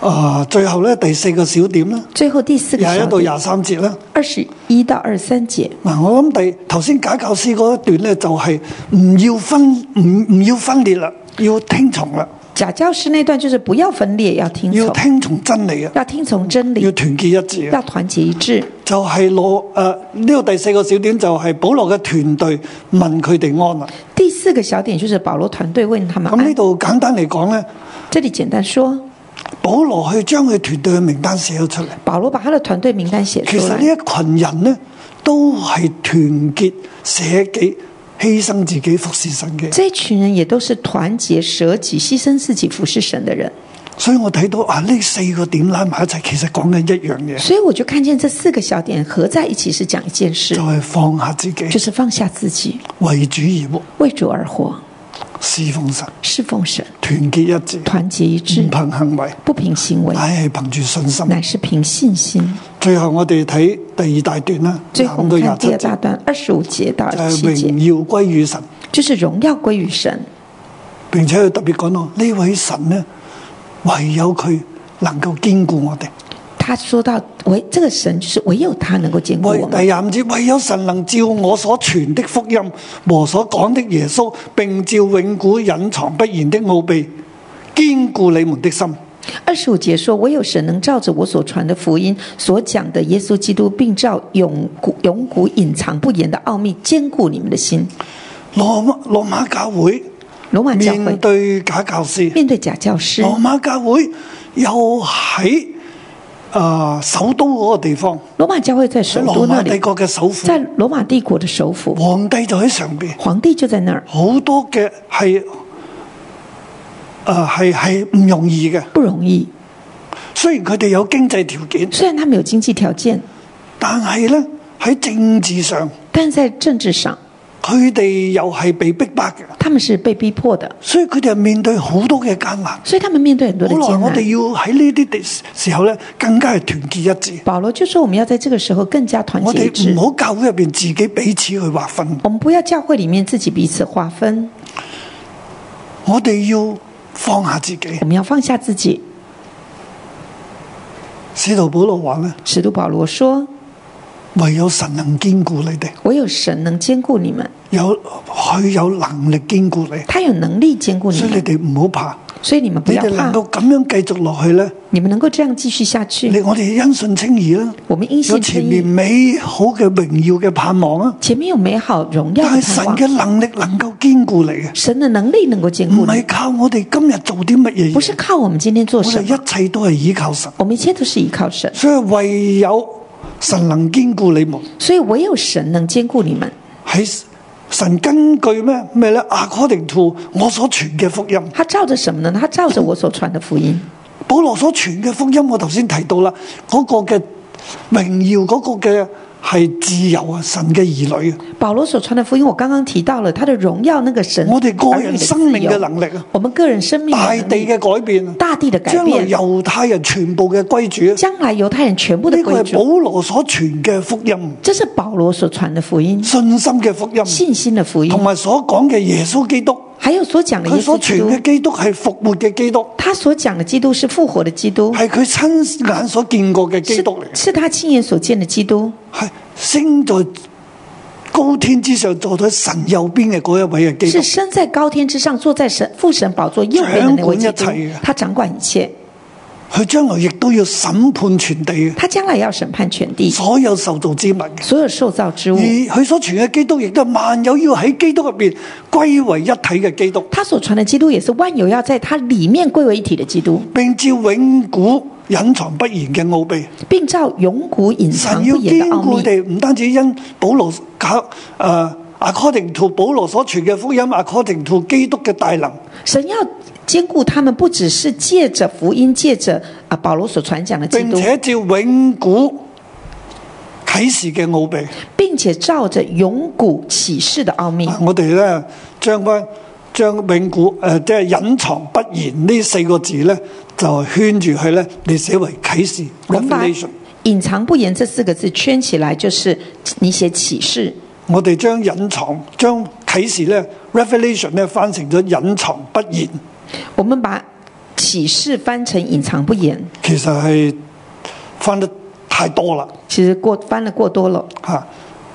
Speaker 2: 誒、啊，最後咧第四個小點啦，
Speaker 3: 最后第四个
Speaker 2: 廿
Speaker 3: 小
Speaker 2: 一到
Speaker 3: 点
Speaker 2: 廿，三節啦。
Speaker 3: 二十一到二三节，
Speaker 2: 嗱，我諗第頭先假教師嗰一段咧，就係唔要分唔唔要分裂啦，要聽從啦，
Speaker 3: 假教师那段就是不要分裂，要听
Speaker 2: 要
Speaker 3: 从，
Speaker 2: 聽從真理啊，
Speaker 3: 要听从真
Speaker 2: 要
Speaker 3: 理，
Speaker 2: 團結一致啊。
Speaker 3: 要团结一致。
Speaker 2: 就係攞誒呢個第四個小點就係保羅嘅團隊問佢哋安啦。
Speaker 3: 第四个小点就是保罗团队问他们
Speaker 2: 咁呢
Speaker 3: 安。
Speaker 2: 度簡單嚟講咧，
Speaker 3: 这里简单说，
Speaker 2: 保羅去將佢團隊嘅名單寫咗出嚟。
Speaker 3: 保罗把他的团队名单写
Speaker 2: 其
Speaker 3: 出
Speaker 2: 實呢
Speaker 3: 来。
Speaker 2: 一群人咧都係團結捨己、犧牲自己服侍神嘅，
Speaker 3: 这群人也都是团结、舍己、牺牲自己服侍神的人，
Speaker 2: 所以我睇到啊呢四個點拉埋一齊，其實講緊一樣嘢，
Speaker 3: 所以我就看见这四个小点合在一起是讲一件事
Speaker 2: 就，係放下自己
Speaker 3: 就，是放下自己，
Speaker 2: 為主而活，
Speaker 3: 为主而活，
Speaker 2: 侍奉神，
Speaker 3: 侍奉神，
Speaker 2: 團結一致，
Speaker 3: 团结一
Speaker 2: 唔
Speaker 3: 致，
Speaker 2: 憑行為，
Speaker 3: 不凭行为，
Speaker 2: 乃係憑住信心。
Speaker 3: 乃是凭信心。
Speaker 2: 最後我哋睇第二大段啦，
Speaker 3: 最后我
Speaker 2: 廿五到廿七
Speaker 3: 们看第二
Speaker 2: 節。
Speaker 3: 大段二十五节到
Speaker 2: 就
Speaker 3: 二十七
Speaker 2: 係
Speaker 3: 节，
Speaker 2: 榮耀歸於神。
Speaker 3: 就是荣耀归于神。
Speaker 2: 並且佢特別講到呢位神呢，唯有佢能夠堅固我哋。
Speaker 3: 他说到唯这个神就是唯有他能够兼顾
Speaker 2: 唯
Speaker 3: 我哎
Speaker 2: 第
Speaker 3: 们。
Speaker 2: 廿五節，唯有神能照我所傳的福音和所講的耶穌，並照永古隱藏不言的奧秘，堅固你們的心。
Speaker 3: 二十五节说，唯有神能照着我所传的福音所讲的耶稣基督，并照永古永古隐藏不言的奥秘，坚固你们的心。
Speaker 2: 羅馬羅馬教會
Speaker 3: 罗马教会
Speaker 2: 面對假教師，
Speaker 3: 面对假教师，
Speaker 2: 羅馬教會又喺啊、呃首都嗰個地方，
Speaker 3: 罗马教会在首
Speaker 2: 喺
Speaker 3: 都
Speaker 2: 羅
Speaker 3: 那
Speaker 2: 馬帝
Speaker 3: 里，
Speaker 2: 國嘅首府，
Speaker 3: 在罗马帝国的首府，
Speaker 2: 皇帝就喺上邊。
Speaker 3: 皇帝就在那儿，
Speaker 2: 好多嘅係誒係係唔容易嘅。
Speaker 3: 不容易。
Speaker 2: 雖然佢哋有經濟條件，
Speaker 3: 虽然他们有经济条件，
Speaker 2: 但係咧喺政治上，
Speaker 3: 但在政治上
Speaker 2: 佢哋又係被逼迫嘅，
Speaker 3: 他们是被逼迫的，
Speaker 2: 所以佢哋係面對好多嘅艱難。
Speaker 3: 所以他们面对很多的
Speaker 2: 好
Speaker 3: 艰
Speaker 2: 哦耐我
Speaker 3: 难
Speaker 2: 哋。要喺呢啲地時候咧，更加係團結一致。
Speaker 3: 保罗就说，我们要在这个时候更加团
Speaker 2: 我
Speaker 3: 结一
Speaker 2: 哋
Speaker 3: 致
Speaker 2: 唔。好教會入邊自己彼此去劃分，
Speaker 3: 我们不要教会里面自己彼此划分，
Speaker 2: 我哋要放下自己
Speaker 3: 我。们要放下自己。
Speaker 2: 使徒保羅話咧：
Speaker 3: 使徒保罗说
Speaker 2: 唯有神能堅固你哋，：“
Speaker 3: 唯有神能兼顾你们，
Speaker 2: 有佢有能力堅固你，
Speaker 3: 他有能力兼顾你
Speaker 2: 所以你
Speaker 3: 们，
Speaker 2: 哋唔好怕。
Speaker 3: 所以你们不
Speaker 2: 你
Speaker 3: 要
Speaker 2: 哋
Speaker 3: 嗯怕
Speaker 2: 能。夠咁樣繼續落去咧，
Speaker 3: 你们能够这样继续下
Speaker 2: 你
Speaker 3: 去，
Speaker 2: 我哋因信稱義啦，
Speaker 3: 嗯我们因
Speaker 2: 有
Speaker 3: 信
Speaker 2: 前
Speaker 3: 称
Speaker 2: 面
Speaker 3: 义。
Speaker 2: 美好嘅榮耀嘅盼望啊！
Speaker 3: 前面有美好荣耀
Speaker 2: 但
Speaker 3: 的
Speaker 2: 係神
Speaker 3: 盼望
Speaker 2: 嘅，能力能夠堅固你嘅，
Speaker 3: 神的能力能够兼
Speaker 2: 唔
Speaker 3: 顾你
Speaker 2: 係，靠我哋今日做啲乜嘢
Speaker 3: 嗯不是
Speaker 2: 嘢，
Speaker 3: 靠我们今天做
Speaker 2: 我哋
Speaker 3: 什么，
Speaker 2: 一切都係依靠神，
Speaker 3: 我们一切都是依靠神，
Speaker 2: 所以唯有神能堅固你們。
Speaker 3: 所以唯有神能兼顾你们。
Speaker 2: 喺神根據咩咩咧？According to 我所傳嘅福音，
Speaker 3: 他照着什么呢？他照着我所传的福音。
Speaker 2: 保羅所傳嘅福音，我頭先提到啦，嗰、個嘅榮耀，嗰、個嘅係自由啊，神嘅兒女啊。
Speaker 3: 保罗所传的福音，我刚刚提到了他的荣耀，那个神
Speaker 2: 我哋個人生命嘅
Speaker 3: 儿女的自由
Speaker 2: 能力啊，
Speaker 3: 我们个人生命的
Speaker 2: 大
Speaker 3: 能力
Speaker 2: 地嘅改變，啊
Speaker 3: 大地的改
Speaker 2: 將來
Speaker 3: 变，
Speaker 2: 猶太人全部嘅歸主，啊
Speaker 3: 将来犹太人全部的
Speaker 2: 呢個
Speaker 3: 归
Speaker 2: 係
Speaker 3: 主。
Speaker 2: 保羅所傳嘅福音，
Speaker 3: 这是保罗所传的福音，
Speaker 2: 信心嘅福音，
Speaker 3: 信心的福音
Speaker 2: 同，埋所講嘅耶穌基督，
Speaker 3: 还有所讲的
Speaker 2: 佢
Speaker 3: 耶
Speaker 2: 所
Speaker 3: 稣
Speaker 2: 傳
Speaker 3: 基督
Speaker 2: 嘅，基督係復活嘅基督，
Speaker 3: 他所讲的基督是复活的基督，
Speaker 2: 係佢親眼所見過嘅基
Speaker 3: 是
Speaker 2: 督嚟，嘅，
Speaker 3: 是他亲眼所见的基督，
Speaker 2: 係升在高天之上，坐喺神右邊嘅嗰一位嘅基
Speaker 3: 是
Speaker 2: 督，
Speaker 3: 身在高天之上，坐在神父神宝座右边的那位基督
Speaker 2: 掌管一切，
Speaker 3: 他掌管一切，
Speaker 2: 佢將來亦都要審判全地嘅
Speaker 3: 他将来要审判全地，
Speaker 2: 所有受造之物嘅。
Speaker 3: 所有受造之物
Speaker 2: 而。佢所傳嘅基督，亦都係萬有要喺基督入邊歸為一體嘅基督，
Speaker 3: 他所传的基督也是万有要在他里面归为一体的基督，
Speaker 2: 並照永古隱藏不言嘅奧秘。
Speaker 3: 并照永古隐
Speaker 2: 神
Speaker 3: 藏
Speaker 2: 要
Speaker 3: 不言的
Speaker 2: 堅
Speaker 3: 奥
Speaker 2: 固
Speaker 3: 秘。
Speaker 2: 地，唔單止因保羅教誒 according to 保羅所傳嘅福音，according to 基督嘅大能，
Speaker 3: 神要兼顾他们，不只是借着福音，借着啊保罗所传讲的基
Speaker 2: 並
Speaker 3: 督，
Speaker 2: 且照永古啟示嘅奧秘。
Speaker 3: 并且照着永古启示的奥秘。
Speaker 2: 啊我哋咧將翻將永古誒、呃即係隱藏不言呢四個字咧，就圈住佢咧，你寫為啟示
Speaker 3: 我们把
Speaker 2: revelation。
Speaker 3: “隐藏不言”这四个字圈起来，就是你写启示。
Speaker 2: 我哋將隱藏、將啟示咧 （revelation） 咧翻成咗隱藏不言，
Speaker 3: 我们把啟启示翻成隐藏不言，
Speaker 2: 其實係翻得太多啦
Speaker 3: 其实过翻了过多了，
Speaker 2: 嚇。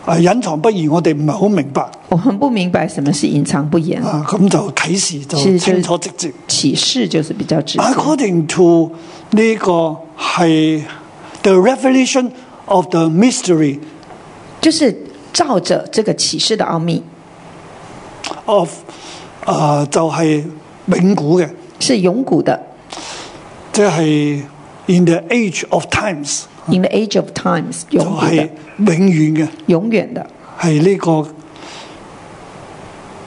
Speaker 2: 啊，隱藏不宜，我哋唔係好明白
Speaker 3: 我们不明白什么是隐藏不言。
Speaker 2: 啊，咁就啟示就是清楚直接。
Speaker 3: 启示就是比较
Speaker 2: 啊
Speaker 3: 直接。
Speaker 2: According to 呢個係 the revelation of the mystery
Speaker 3: 就是照着这个启示的奥秘，
Speaker 2: of ờ, 啊、就係、永古嘅，
Speaker 3: 是永古的。
Speaker 2: 即係 in the age of times
Speaker 3: In the age of times，
Speaker 2: 就
Speaker 3: 永古
Speaker 2: 係
Speaker 3: 的，
Speaker 2: 永遠嘅，
Speaker 3: 永远的，
Speaker 2: 係呢、個誒、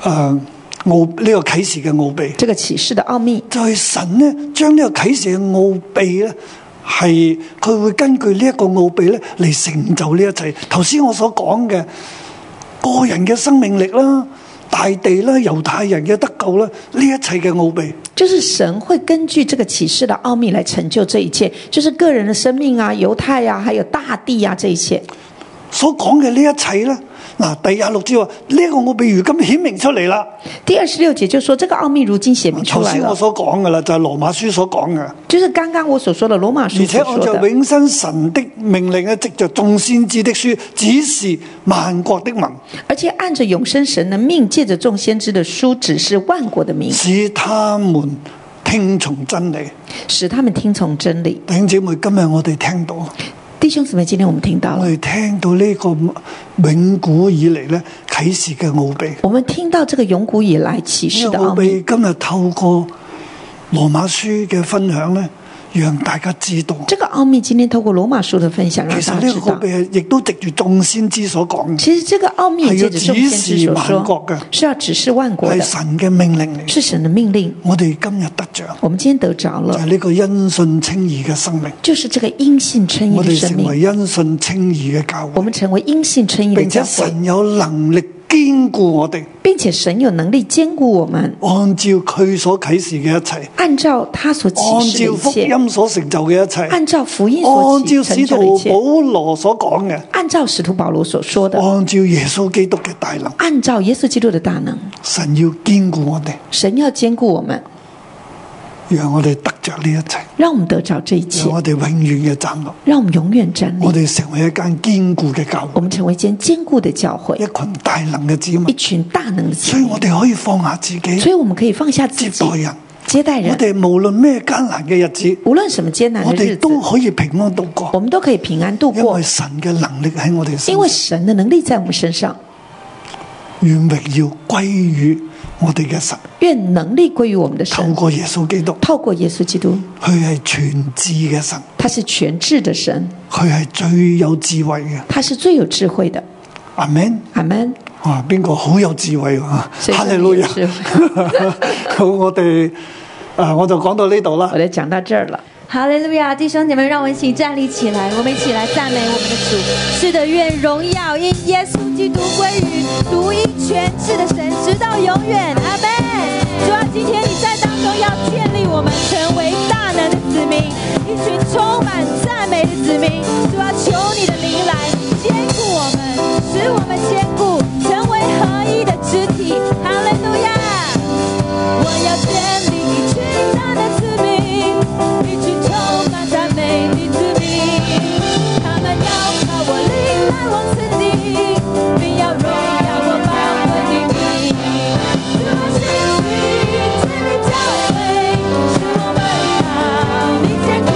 Speaker 2: 呃奧呢、個啟示嘅奧秘。
Speaker 3: 这个启示的奥秘，
Speaker 2: 就係神咧，將呢個啟示嘅奧秘咧，係佢會根據呢一個奧秘咧嚟成就呢一切。頭先我所講嘅個人嘅生命力啦、大地啦、猶太人嘅得救啦，呢一切嘅奧秘，
Speaker 3: 就是神会根据这个启示的奥秘来成就这一切，就是个人的生命啊、犹太啊，还有大地啊这一切。
Speaker 2: 所講嘅呢一切咧，嗱第廿六節話呢、一個奧秘如今顯明出嚟啦。
Speaker 3: 第二十六节就说这个奥秘如今显明
Speaker 2: 頭
Speaker 3: 出来
Speaker 2: 先我
Speaker 3: 了，
Speaker 2: 所講嘅啦，就係、羅馬書所講嘅，
Speaker 3: 就是刚刚我所说的罗马书
Speaker 2: 而且
Speaker 3: 所
Speaker 2: 按
Speaker 3: 说
Speaker 2: 照
Speaker 3: 的，
Speaker 2: 永生神的命令咧，藉着眾先知的書指示萬國的民。
Speaker 3: 而且按着永生神的命，借着众先知的书指示万国的名，
Speaker 2: 使他們聽從真理。
Speaker 3: 使他们听从真理。
Speaker 2: 弟兄姊妹，今日我哋聽到，
Speaker 3: 弟兄姊妹，今天我们听到
Speaker 2: 我
Speaker 3: 了。
Speaker 2: 哋聽到呢個永古以嚟咧啟示嘅奧秘。
Speaker 3: 我们听到这个永古以来启示
Speaker 2: 呢
Speaker 3: 的
Speaker 2: 個
Speaker 3: 奥
Speaker 2: 奧
Speaker 3: 秘，
Speaker 2: 秘今日透過羅馬書嘅分享咧，讓大家知道。
Speaker 3: 这个奥秘今天透过罗马书的分享
Speaker 2: 其
Speaker 3: 让
Speaker 2: 實
Speaker 3: 大家
Speaker 2: 呢
Speaker 3: 知
Speaker 2: 個奧
Speaker 3: 道
Speaker 2: 秘。係亦都藉住眾先知所講嘅，
Speaker 3: 其实这个奥秘，接着是我们先知所
Speaker 2: 还有指示万国
Speaker 3: 说
Speaker 2: 的，
Speaker 3: 是要指示万国
Speaker 2: 係
Speaker 3: 的，
Speaker 2: 神嘅命令嚟。
Speaker 3: 是神的命令。
Speaker 2: 我哋今日得着
Speaker 3: 我们今天得着
Speaker 2: 就係
Speaker 3: 了，
Speaker 2: 呢個因信稱義嘅生命，
Speaker 3: 就是这个因信称义
Speaker 2: 我
Speaker 3: 的
Speaker 2: 哋
Speaker 3: 生
Speaker 2: 成為
Speaker 3: 命。
Speaker 2: 因信稱義嘅教
Speaker 3: 我
Speaker 2: 會，
Speaker 3: 们成为因信称义的
Speaker 2: 並且
Speaker 3: 教会，
Speaker 2: 神有能力堅固我哋。
Speaker 3: 并且神有能力兼顾我们，
Speaker 2: 按照佢所启示嘅一切，
Speaker 3: 按照他所启
Speaker 2: 按
Speaker 3: 示的
Speaker 2: 照
Speaker 3: 一
Speaker 2: 福
Speaker 3: 切，
Speaker 2: 音所成就嘅一切，
Speaker 3: 按照福音所
Speaker 2: 按
Speaker 3: 启
Speaker 2: 照使
Speaker 3: 成就的一
Speaker 2: 徒
Speaker 3: 切，
Speaker 2: 保罗所讲嘅，
Speaker 3: 按照使徒保罗所说的，
Speaker 2: 按照耶稣基督嘅大能，
Speaker 3: 按照耶稣基督的大能，
Speaker 2: 神要坚固我哋，
Speaker 3: 神要兼顾我们，
Speaker 2: 让我哋得着呢一切，
Speaker 3: 让我们得着这一切
Speaker 2: 让。我哋永远嘅站立，
Speaker 3: 让我们永远站立
Speaker 2: 我，哋成为一间坚固嘅教
Speaker 3: 我
Speaker 2: 会，
Speaker 3: 们成为一间坚固的教会
Speaker 2: 一，群大能嘅子
Speaker 3: 一
Speaker 2: 民。
Speaker 3: 群大能的子
Speaker 2: 所以
Speaker 3: 民。
Speaker 2: 我哋可以放下自
Speaker 3: 所
Speaker 2: 己，
Speaker 3: 以我们可以哎放下自
Speaker 2: 接
Speaker 3: 己
Speaker 2: 待，人。
Speaker 3: 接待
Speaker 2: 我
Speaker 3: 人，
Speaker 2: 哋无论咩艰难嘅日子，
Speaker 3: 无论什么艰难
Speaker 2: 我
Speaker 3: 的日
Speaker 2: 哋
Speaker 3: 子，
Speaker 2: 都可以平安度
Speaker 3: 我
Speaker 2: 过，
Speaker 3: 们都可以平安度
Speaker 2: 因
Speaker 3: 过
Speaker 2: 为，神嘅能力喺我哋身
Speaker 3: 哎因
Speaker 2: 上
Speaker 3: 为。神的能力在我们身上。
Speaker 2: 愿荣耀归于我哋嘅
Speaker 3: 哎
Speaker 2: 神，
Speaker 3: 愿能力归于我们的
Speaker 2: 透
Speaker 3: 神，
Speaker 2: 过耶稣基督，
Speaker 3: 透过耶稣基督，
Speaker 2: 佢系全智嘅神，
Speaker 3: 他是全智的神，
Speaker 2: 佢系最有智慧嘅。
Speaker 3: 他是最有智慧的。
Speaker 2: 阿 Man，
Speaker 3: 阿门。
Speaker 2: 哇，边个好有智慧啊？
Speaker 3: 谁
Speaker 2: 哈利
Speaker 3: 是
Speaker 2: 路
Speaker 3: 你有
Speaker 2: 亚！
Speaker 3: 智慧？
Speaker 2: 好，我哋啊，我就讲到呢度啦
Speaker 3: 我。就讲到这儿了。
Speaker 4: 哈利路亚，弟兄姐妹，让我们一起站立起来，我们一起来赞美我们的主。是的，愿荣耀因耶稣基督归于独一全智的神，直到永远。阿门。主啊，今天你在当中要建立我们成为大能的子民，一群充满赞美的子民。主啊，求你的灵来坚固我们，使我们坚固，成为合一的肢体。哈利路亚。我要建立一群大的子民，一群充满赞美的子民。他们要把我领来我此地，并要荣耀我宝贵的名。主啊，兴起这里教会，使我们靠你坚固，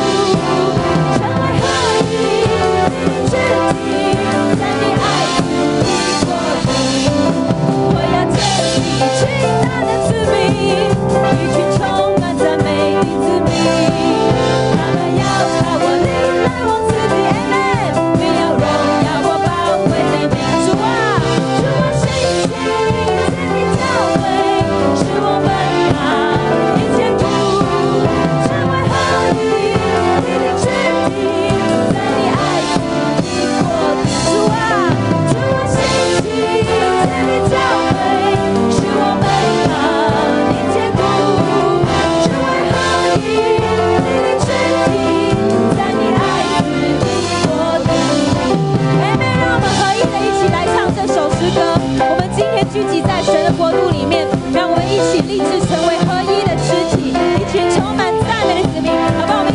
Speaker 4: 成为合一的肢体，在你爱子的国度。我要建立一群大的子民，一群充满赞美的子民。他们要把我领来我自己，Amen。你要荣耀我宝贵的民主啊，主啊，兴起在你教会，使我们把你坚固，成为合一的肢体，在你爱的国度。主啊，主啊，兴起在你教会，使我们把你坚固，成为合一的肢体，在你爱子的国度。哎，妹，让我们合一的一起来唱这首诗歌。我们今天聚集在神的国度里面，让我们一起立志成为合一的肢体，一群充满赞美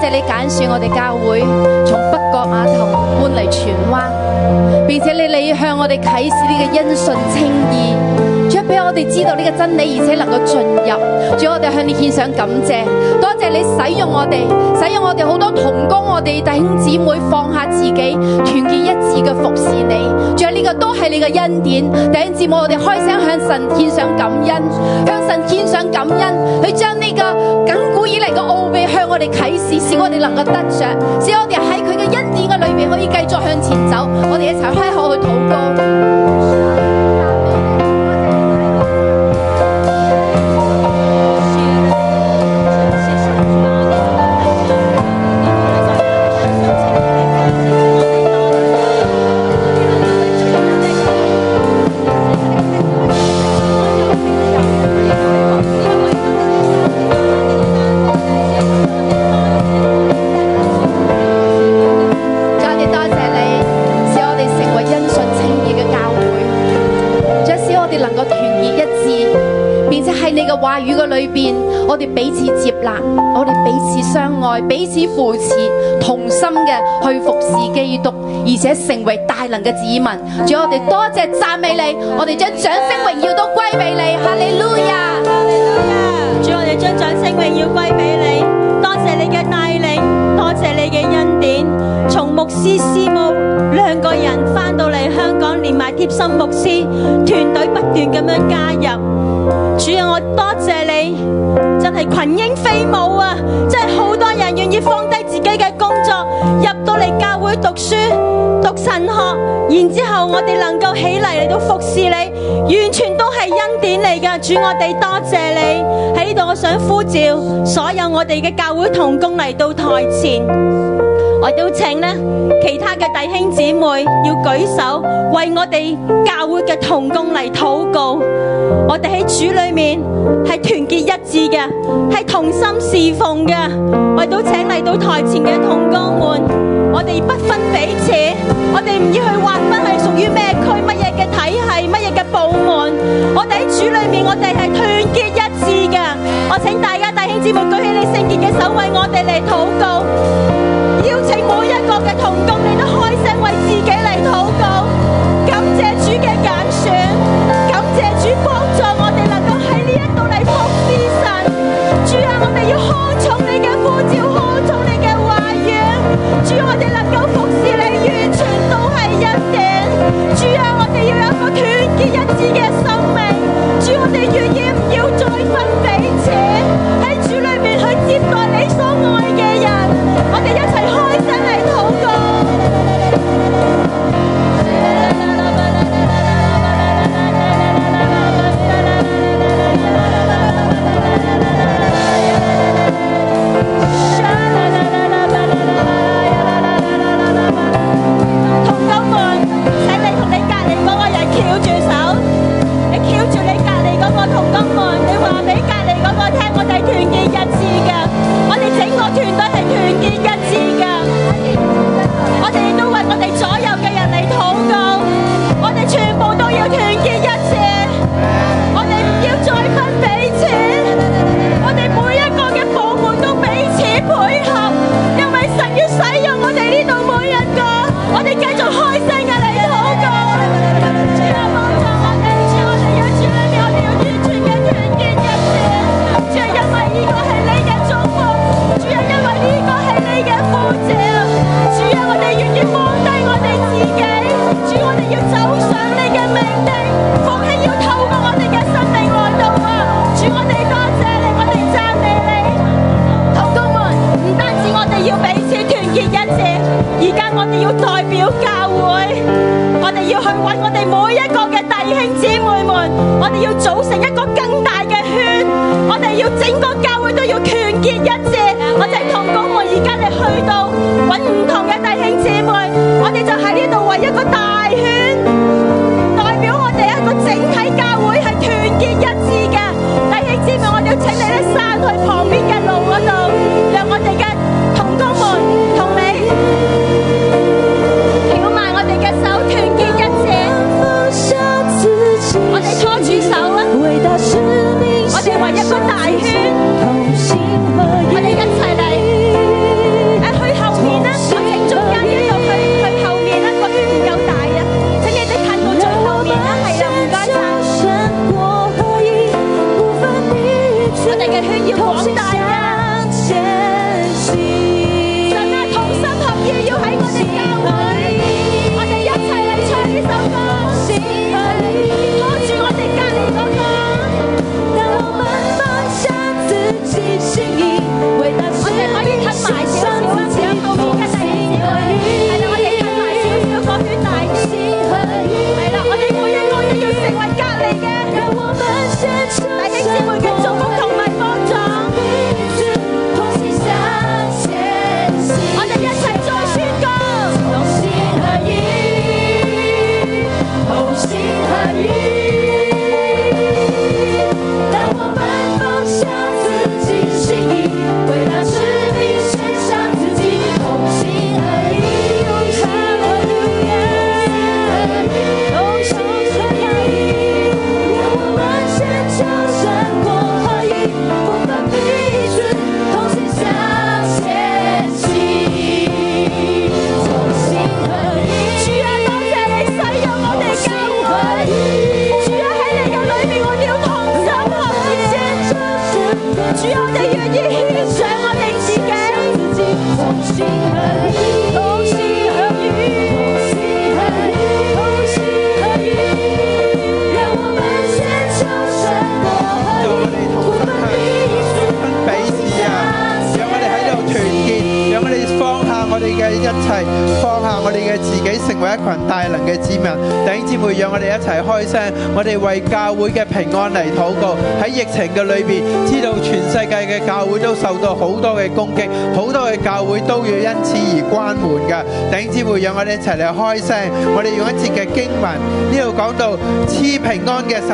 Speaker 5: 謝你揀選我哋教會，從北角碼頭搬嚟荃灣，並且你你向我哋啟示呢個因信稱義，主啊俾我哋知道呢個真理，而且能夠進入。主啊，我哋向你獻上感謝，多謝你使用我哋，使用我哋好多同工，我哋弟兄姊妹放下自己，團結一致嘅服侍你。主啊，呢個都係你嘅恩典。弟兄姊妹，我哋開聲向神獻上感恩，向神獻上感恩，去將呢個緊古以嚟嘅奧秘向我哋啟示，使我哋能夠得着，使我哋喺佢嘅恩典嘅裏面可以繼續向前走。我哋一齊開口去禱告。主，我哋多謝你，使我哋成為因信稱義嘅教會，主使我哋能夠團結一致，並且喺你嘅話語嘅裏邊，我哋彼此接納，我哋彼此相愛，彼此扶持，同心嘅去服侍基督，而且成為大能嘅子民。主，我哋多謝讚美你，我哋將掌聲榮耀都歸俾你，哈利路亞。
Speaker 4: 主，我哋将掌声荣耀归俾你，多谢你嘅带领，多谢你嘅恩典。从牧师师母两个人翻到嚟香港，连埋贴心牧师团队不断咁样加入。主啊，我多谢你，真系群英飞舞啊！真系好多人愿意放低自己嘅工作，入到嚟教会读书、读神学，然之后我哋能够起嚟嚟到服侍你，完全都系恩典嚟噶。主，我哋多谢你喺呢度，我想呼召所有我哋嘅教会同工嚟到台前。我邀请咧其他嘅弟兄姊妹要举手，为我哋教会嘅同工嚟祷告。我哋喺主里面系团结一致嘅，系同心侍奉嘅。我哋都请嚟到台前嘅同工们，我哋不分彼此，我哋唔要去划分系属于咩区、乜嘢嘅体系、乜嘢嘅部门。我哋喺主里面，我哋系团结一致嘅。我请大家弟兄姊妹举起你圣洁嘅手，为我哋嚟祷告。邀请每一个嘅童工，你都开声为自己嚟祷告，感谢主嘅拣选，感谢主帮助我哋能够喺呢一度嚟服侍神。主啊，我哋要看重你嘅呼召，看重你嘅话语。主，我哋能够服侍你，完全都系恩典。主啊，我哋要有一个团结一致嘅生命。主，我哋愿意唔要再分彼此，喺主里面去接待你所爱嘅人。我哋一齐开心嚟祷告。同工們，請你同你隔離嗰個人翹住手，你翹住你隔離嗰個同工們，你話俾隔離嗰個聽，我哋團結一致嘅，我哋整個團隊係團結一致嘅，我哋都為我哋左右嘅人嚟禱告，我哋全部都要團結一致，我哋唔要再分彼此，我哋每一個嘅部門都彼此配合，因為神要使用我哋呢度每一個，我哋繼續開聲嘅嚟禱告。主啊，幫助我哋，主我哋要主裏面，我哋要完全嘅團結一致。主啊，因為呢個係你嘅祝福，主啊，因為呢個係你嘅呼召。主啊，我哋願意放低我哋自己，主我哋要走上你嘅命定，復興要透過我哋嘅生命來到啊！主我哋多謝你，我哋讚美你。同工們，唔單止我哋要彼此團結一致，而家我哋要代表教會，我哋要去揾我哋每一個嘅弟兄姊妹們，我哋要組成一個更大嘅圈，我哋要整個教會都要團結一致。我哋同工們，而家你去到揾唔同嘅弟兄姊妹，我哋就喺呢度圍一個大圈。代表我哋一個整體教會係團結一致嘅。弟兄姊妹，我哋要請你咧散去旁邊嘅路嗰度，讓我哋嘅同工們同你翹埋我哋嘅手，團結一致。我哋拖住手啊！我哋圍一個大圈。愿意献上我哋自己，同心合意，同心合意，同心合意，让我们全球神国
Speaker 6: 就我
Speaker 4: 合
Speaker 6: 哋
Speaker 4: 一，
Speaker 6: 同心向分彼此啊！讓我哋喺度團結，讓我哋放下我哋嘅一切，放下我哋嘅自己，成為一群大能嘅子民。弟兄姊妹，讓我哋一齊開聲，我哋為教會嘅平安嚟禱告。喺疫情嘅裏邊，知道全世界嘅教會都受到好多嘅攻擊，好多嘅教會都要因此而關門嘅。弟兄姊妹，讓我哋一齊嚟開聲，我哋用一節嘅經文，呢度講到賜平安嘅神，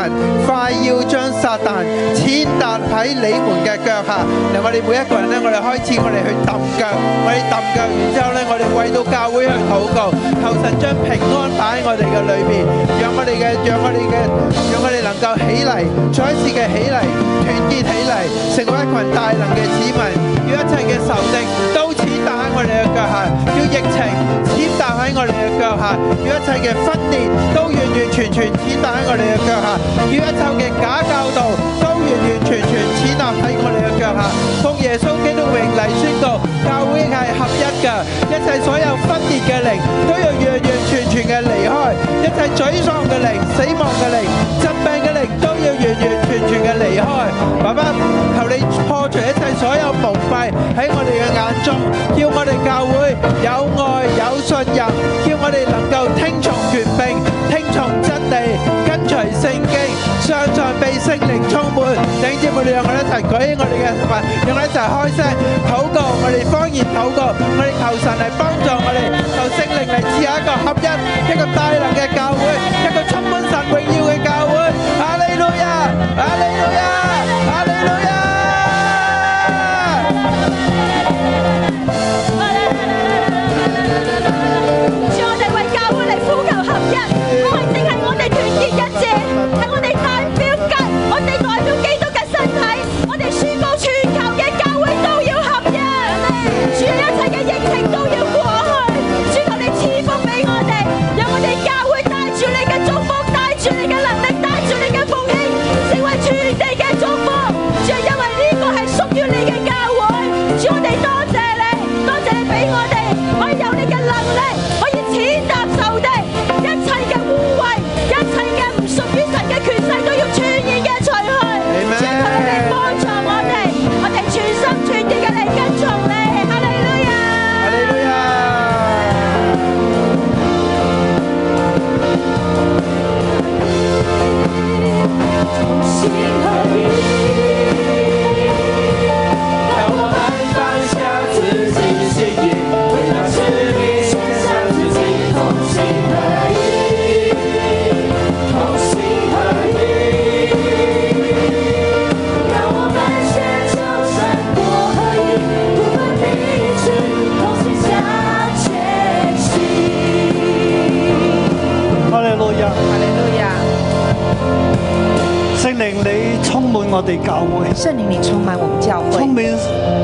Speaker 6: 快要將撒旦踐踏喺你們嘅腳下。嗱，我哋每一個人咧，我哋開始我哋去揼腳，我哋揼腳完之後咧，我哋為到教會去禱告，求神將平安擺喺我哋嘅裏邊，讓我哋嘅，讓我哋嘅，讓我哋能夠起嚟，再一次嘅起嚟，團結起嚟，成為一群大能嘅子民，要一切嘅仇敵都踐踏喺我哋嘅腳下，要疫情踐踏喺我哋嘅腳下，要一切嘅分裂都完完全全踐踏喺我哋嘅腳下，要一切嘅假教導都完完全全踐踏喺我哋嘅腳下。奉耶穌基督榮嚟宣告，教會係合一嘅，一切所有分裂嘅靈都要完完全全嘅離開，一切沮喪嘅靈、死亡嘅靈、疾病嘅靈都要完完全全嘅離開。爸爸，求你破除一切所有蒙蔽喺我哋嘅眼中，叫我哋教會有愛有信任，叫我哋能夠聽從權柄，聽從真理，跟隨聖經，常常被聖靈充滿。弟兄姊妹，你讓我哋一齊舉起我哋嘅手，讓我哋一齊開聲禱告，我哋方言禱告，我哋求神嚟幫助我哋，求聖靈嚟賜下一個合一、一個大能嘅教會，一個充滿神榮耀嘅教會。哈利路亞，哈利路亞，哈利路亞。
Speaker 4: 主，我哋為教會嚟呼求合一，唔係淨係我哋團結一致，係我哋代表吉，我哋代表基督嘅身體，我哋宣告全球嘅教會都要合一。主，一切嘅疫情都要過去，主求你賜福俾我哋，讓我哋教會帶住你嘅祝福，帶住你嘅能力，帶住你嘅奉獻，成為全地嘅祝福。主，因為呢個係屬於你嘅教會，主我哋多謝你，多謝你俾我哋，我哋有你嘅能力，可以踐踏仇敵，一切嘅污穢，一切嘅唔屬於神嘅權勢都要全然嘅除去。主求你幫助我哋，我哋全心全意嘅嚟跟從你，哈利路亞。
Speaker 6: 哈利路亞。
Speaker 4: 心合一，
Speaker 7: 让我们放下自己心意，为了使命献上自己，同心合一，同心合一。
Speaker 4: 让我们全球神国合一，不分彼此，同心向前行。
Speaker 2: 哈利路亞，
Speaker 3: 哈利路亚，
Speaker 2: 聖靈你充滿我哋教會，
Speaker 3: 圣灵你充满我们教
Speaker 2: 充
Speaker 3: 会，
Speaker 2: 滿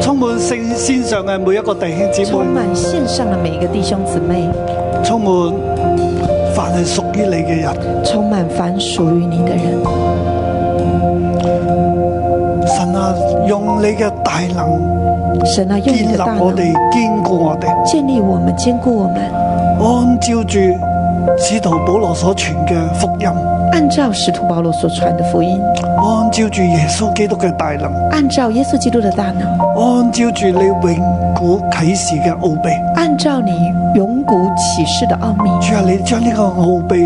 Speaker 2: 充滿聖先上嘅每一個弟兄姊
Speaker 3: 充
Speaker 2: 妹，
Speaker 3: 满线上的每一个弟兄姊妹，
Speaker 2: 充滿凡係屬於你嘅人。
Speaker 3: 充满凡属于你的人。
Speaker 2: 神啊，用你嘅大能
Speaker 3: 神啊，
Speaker 2: 建
Speaker 3: 用你
Speaker 2: 立
Speaker 3: 的大
Speaker 2: 我
Speaker 3: 能
Speaker 2: 哋，堅固我哋，
Speaker 3: 建立我们，坚固我们，
Speaker 2: 按照住使徒保羅所傳嘅福音，
Speaker 3: 按照使徒保罗所传的福音，
Speaker 2: 按照住耶穌基督嘅大能，
Speaker 3: 按照耶稣基督的大能。
Speaker 2: 按照住你永古啟示嘅奧秘。
Speaker 3: 按照你永古启示的奥秘，
Speaker 2: 主啊，你將呢個奧秘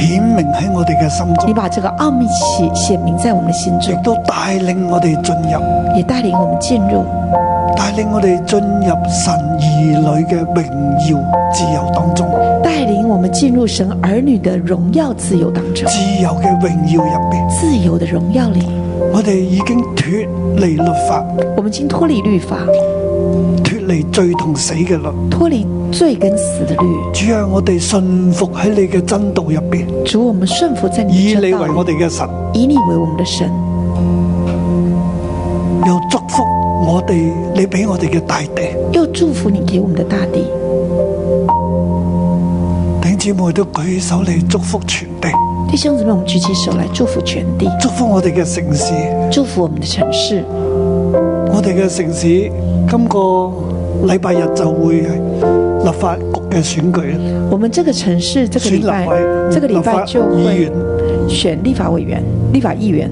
Speaker 2: 顯明喺我哋嘅心
Speaker 3: 你
Speaker 2: 中，
Speaker 3: 把这个奥秘写写明在我们的心
Speaker 2: 亦
Speaker 3: 中，
Speaker 2: 都帶領我哋進入，
Speaker 3: 也带领我们进入，
Speaker 2: 帶領我哋進入神兒女嘅榮耀自由當中，
Speaker 3: 带领我们进入神儿女的荣耀自由当中，
Speaker 2: 自由嘅榮耀入邊，
Speaker 3: 自由的荣耀里，
Speaker 2: 我哋已經脱離律法，
Speaker 3: 我们已经脱离律法，
Speaker 2: 脱離罪同死嘅律。
Speaker 3: 脱离罪跟死的律。
Speaker 2: 主啊，我哋信服喺你嘅真道入邊，
Speaker 3: 主，我们顺服在你
Speaker 2: 以
Speaker 3: 的
Speaker 2: 你
Speaker 3: 正道
Speaker 2: 為我
Speaker 3: 里，
Speaker 2: 哋嘅神，
Speaker 3: 以你为我们的神，
Speaker 2: 又祝福我哋你俾我哋嘅大地。
Speaker 3: 又祝福你给我们的大地。
Speaker 2: 弟兄姊妹都舉起手嚟祝福全地，
Speaker 3: 弟兄姊妹，我们举起手来祝福全地，
Speaker 2: 祝福我哋嘅城市。
Speaker 3: 祝福我们的城市，
Speaker 2: 我哋嘅城市今個禮拜日就會立法局嘅選舉，
Speaker 3: 我们这个城市这个
Speaker 2: 選
Speaker 3: 礼
Speaker 2: 立
Speaker 3: 拜
Speaker 2: 委、
Speaker 3: 这个礼
Speaker 2: 立法
Speaker 3: 拜就
Speaker 2: 議
Speaker 3: 会
Speaker 2: 員。
Speaker 3: 选立法委员、立法议员。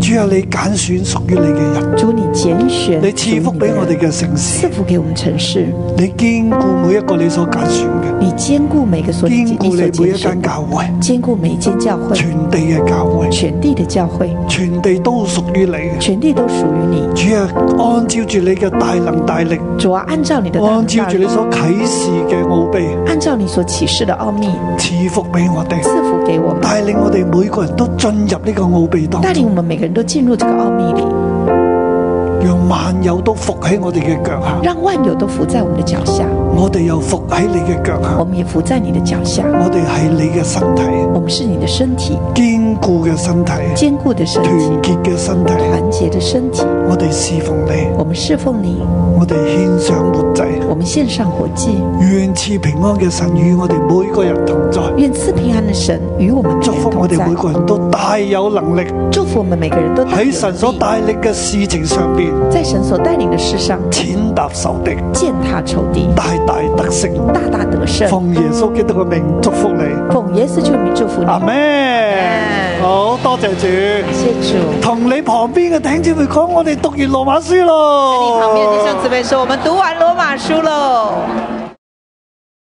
Speaker 2: 主啊，你揀選屬於你嘅人，
Speaker 3: 主，你拣选，
Speaker 2: 你賜福俾我哋，嘅城市
Speaker 3: 赐，福给我们城市。
Speaker 2: 你堅固每一個你所揀選嘅，
Speaker 3: 你兼顾每个所你
Speaker 2: 堅
Speaker 3: 所
Speaker 2: 固你
Speaker 3: 拣
Speaker 2: 每一
Speaker 3: 选
Speaker 2: 間，教會，
Speaker 3: 兼顾每一间教会，
Speaker 2: 全地嘅教會，
Speaker 3: 全地的教会，
Speaker 2: 全地都屬於你嘅。
Speaker 3: 全地都屬於你。
Speaker 2: 主啊，按照住你嘅大能大力，
Speaker 3: 主啊，按照你的大
Speaker 2: 按
Speaker 3: 能
Speaker 2: 照
Speaker 3: 大
Speaker 2: 住你
Speaker 3: 力，
Speaker 2: 所啟示嘅奧秘，
Speaker 3: 按照你所启示的奥秘，
Speaker 2: 賜福俾我哋。
Speaker 3: 赐福给我们，
Speaker 2: 带领我哋每个人都进入呢个奥秘当
Speaker 3: 带领
Speaker 2: 中，
Speaker 3: 我们每个人都进入这个奥秘里，
Speaker 2: 让万有都伏喺我哋嘅脚下，
Speaker 3: 让万有都伏在我们的脚下，
Speaker 2: 我哋又伏喺你嘅脚下
Speaker 3: 我，们也伏在你的脚下。
Speaker 2: 我哋系你嘅身体，
Speaker 3: 我们是你的身体，
Speaker 2: 坚固嘅身体，
Speaker 3: 坚固的身
Speaker 2: 团
Speaker 3: 体，
Speaker 2: 结嘅身体，
Speaker 3: 团结的身体。
Speaker 2: 我哋侍奉你，
Speaker 3: 我们侍奉你，
Speaker 2: 我哋献上活祭，
Speaker 3: 我们献上活祭。
Speaker 2: 愿赐平安嘅神与我哋每个人同在，
Speaker 3: 愿赐平安的神与我们每
Speaker 2: 祝
Speaker 3: 个人
Speaker 2: 福我
Speaker 3: 同
Speaker 2: 哋每
Speaker 3: 在，
Speaker 2: 个人都大有能力
Speaker 3: 祝福我们每个人都大有
Speaker 2: 喺神所
Speaker 3: 能力
Speaker 2: 带领嘅事情上边
Speaker 3: 在神所带领的事上
Speaker 2: 践踏仇敌，
Speaker 3: 践踏仇敌，
Speaker 2: 大大得胜。
Speaker 3: 大大得胜。
Speaker 2: 奉耶稣基督嘅名祝福你。
Speaker 3: 奉耶稣救名祝福你
Speaker 2: 阿。咩？好多謝主，
Speaker 3: 谢主。
Speaker 2: 同你旁邊嘅頂姐妹講，我哋讀完羅馬書咯。
Speaker 3: 旁边的弟兄姊妹说：“我们读完罗马书喽。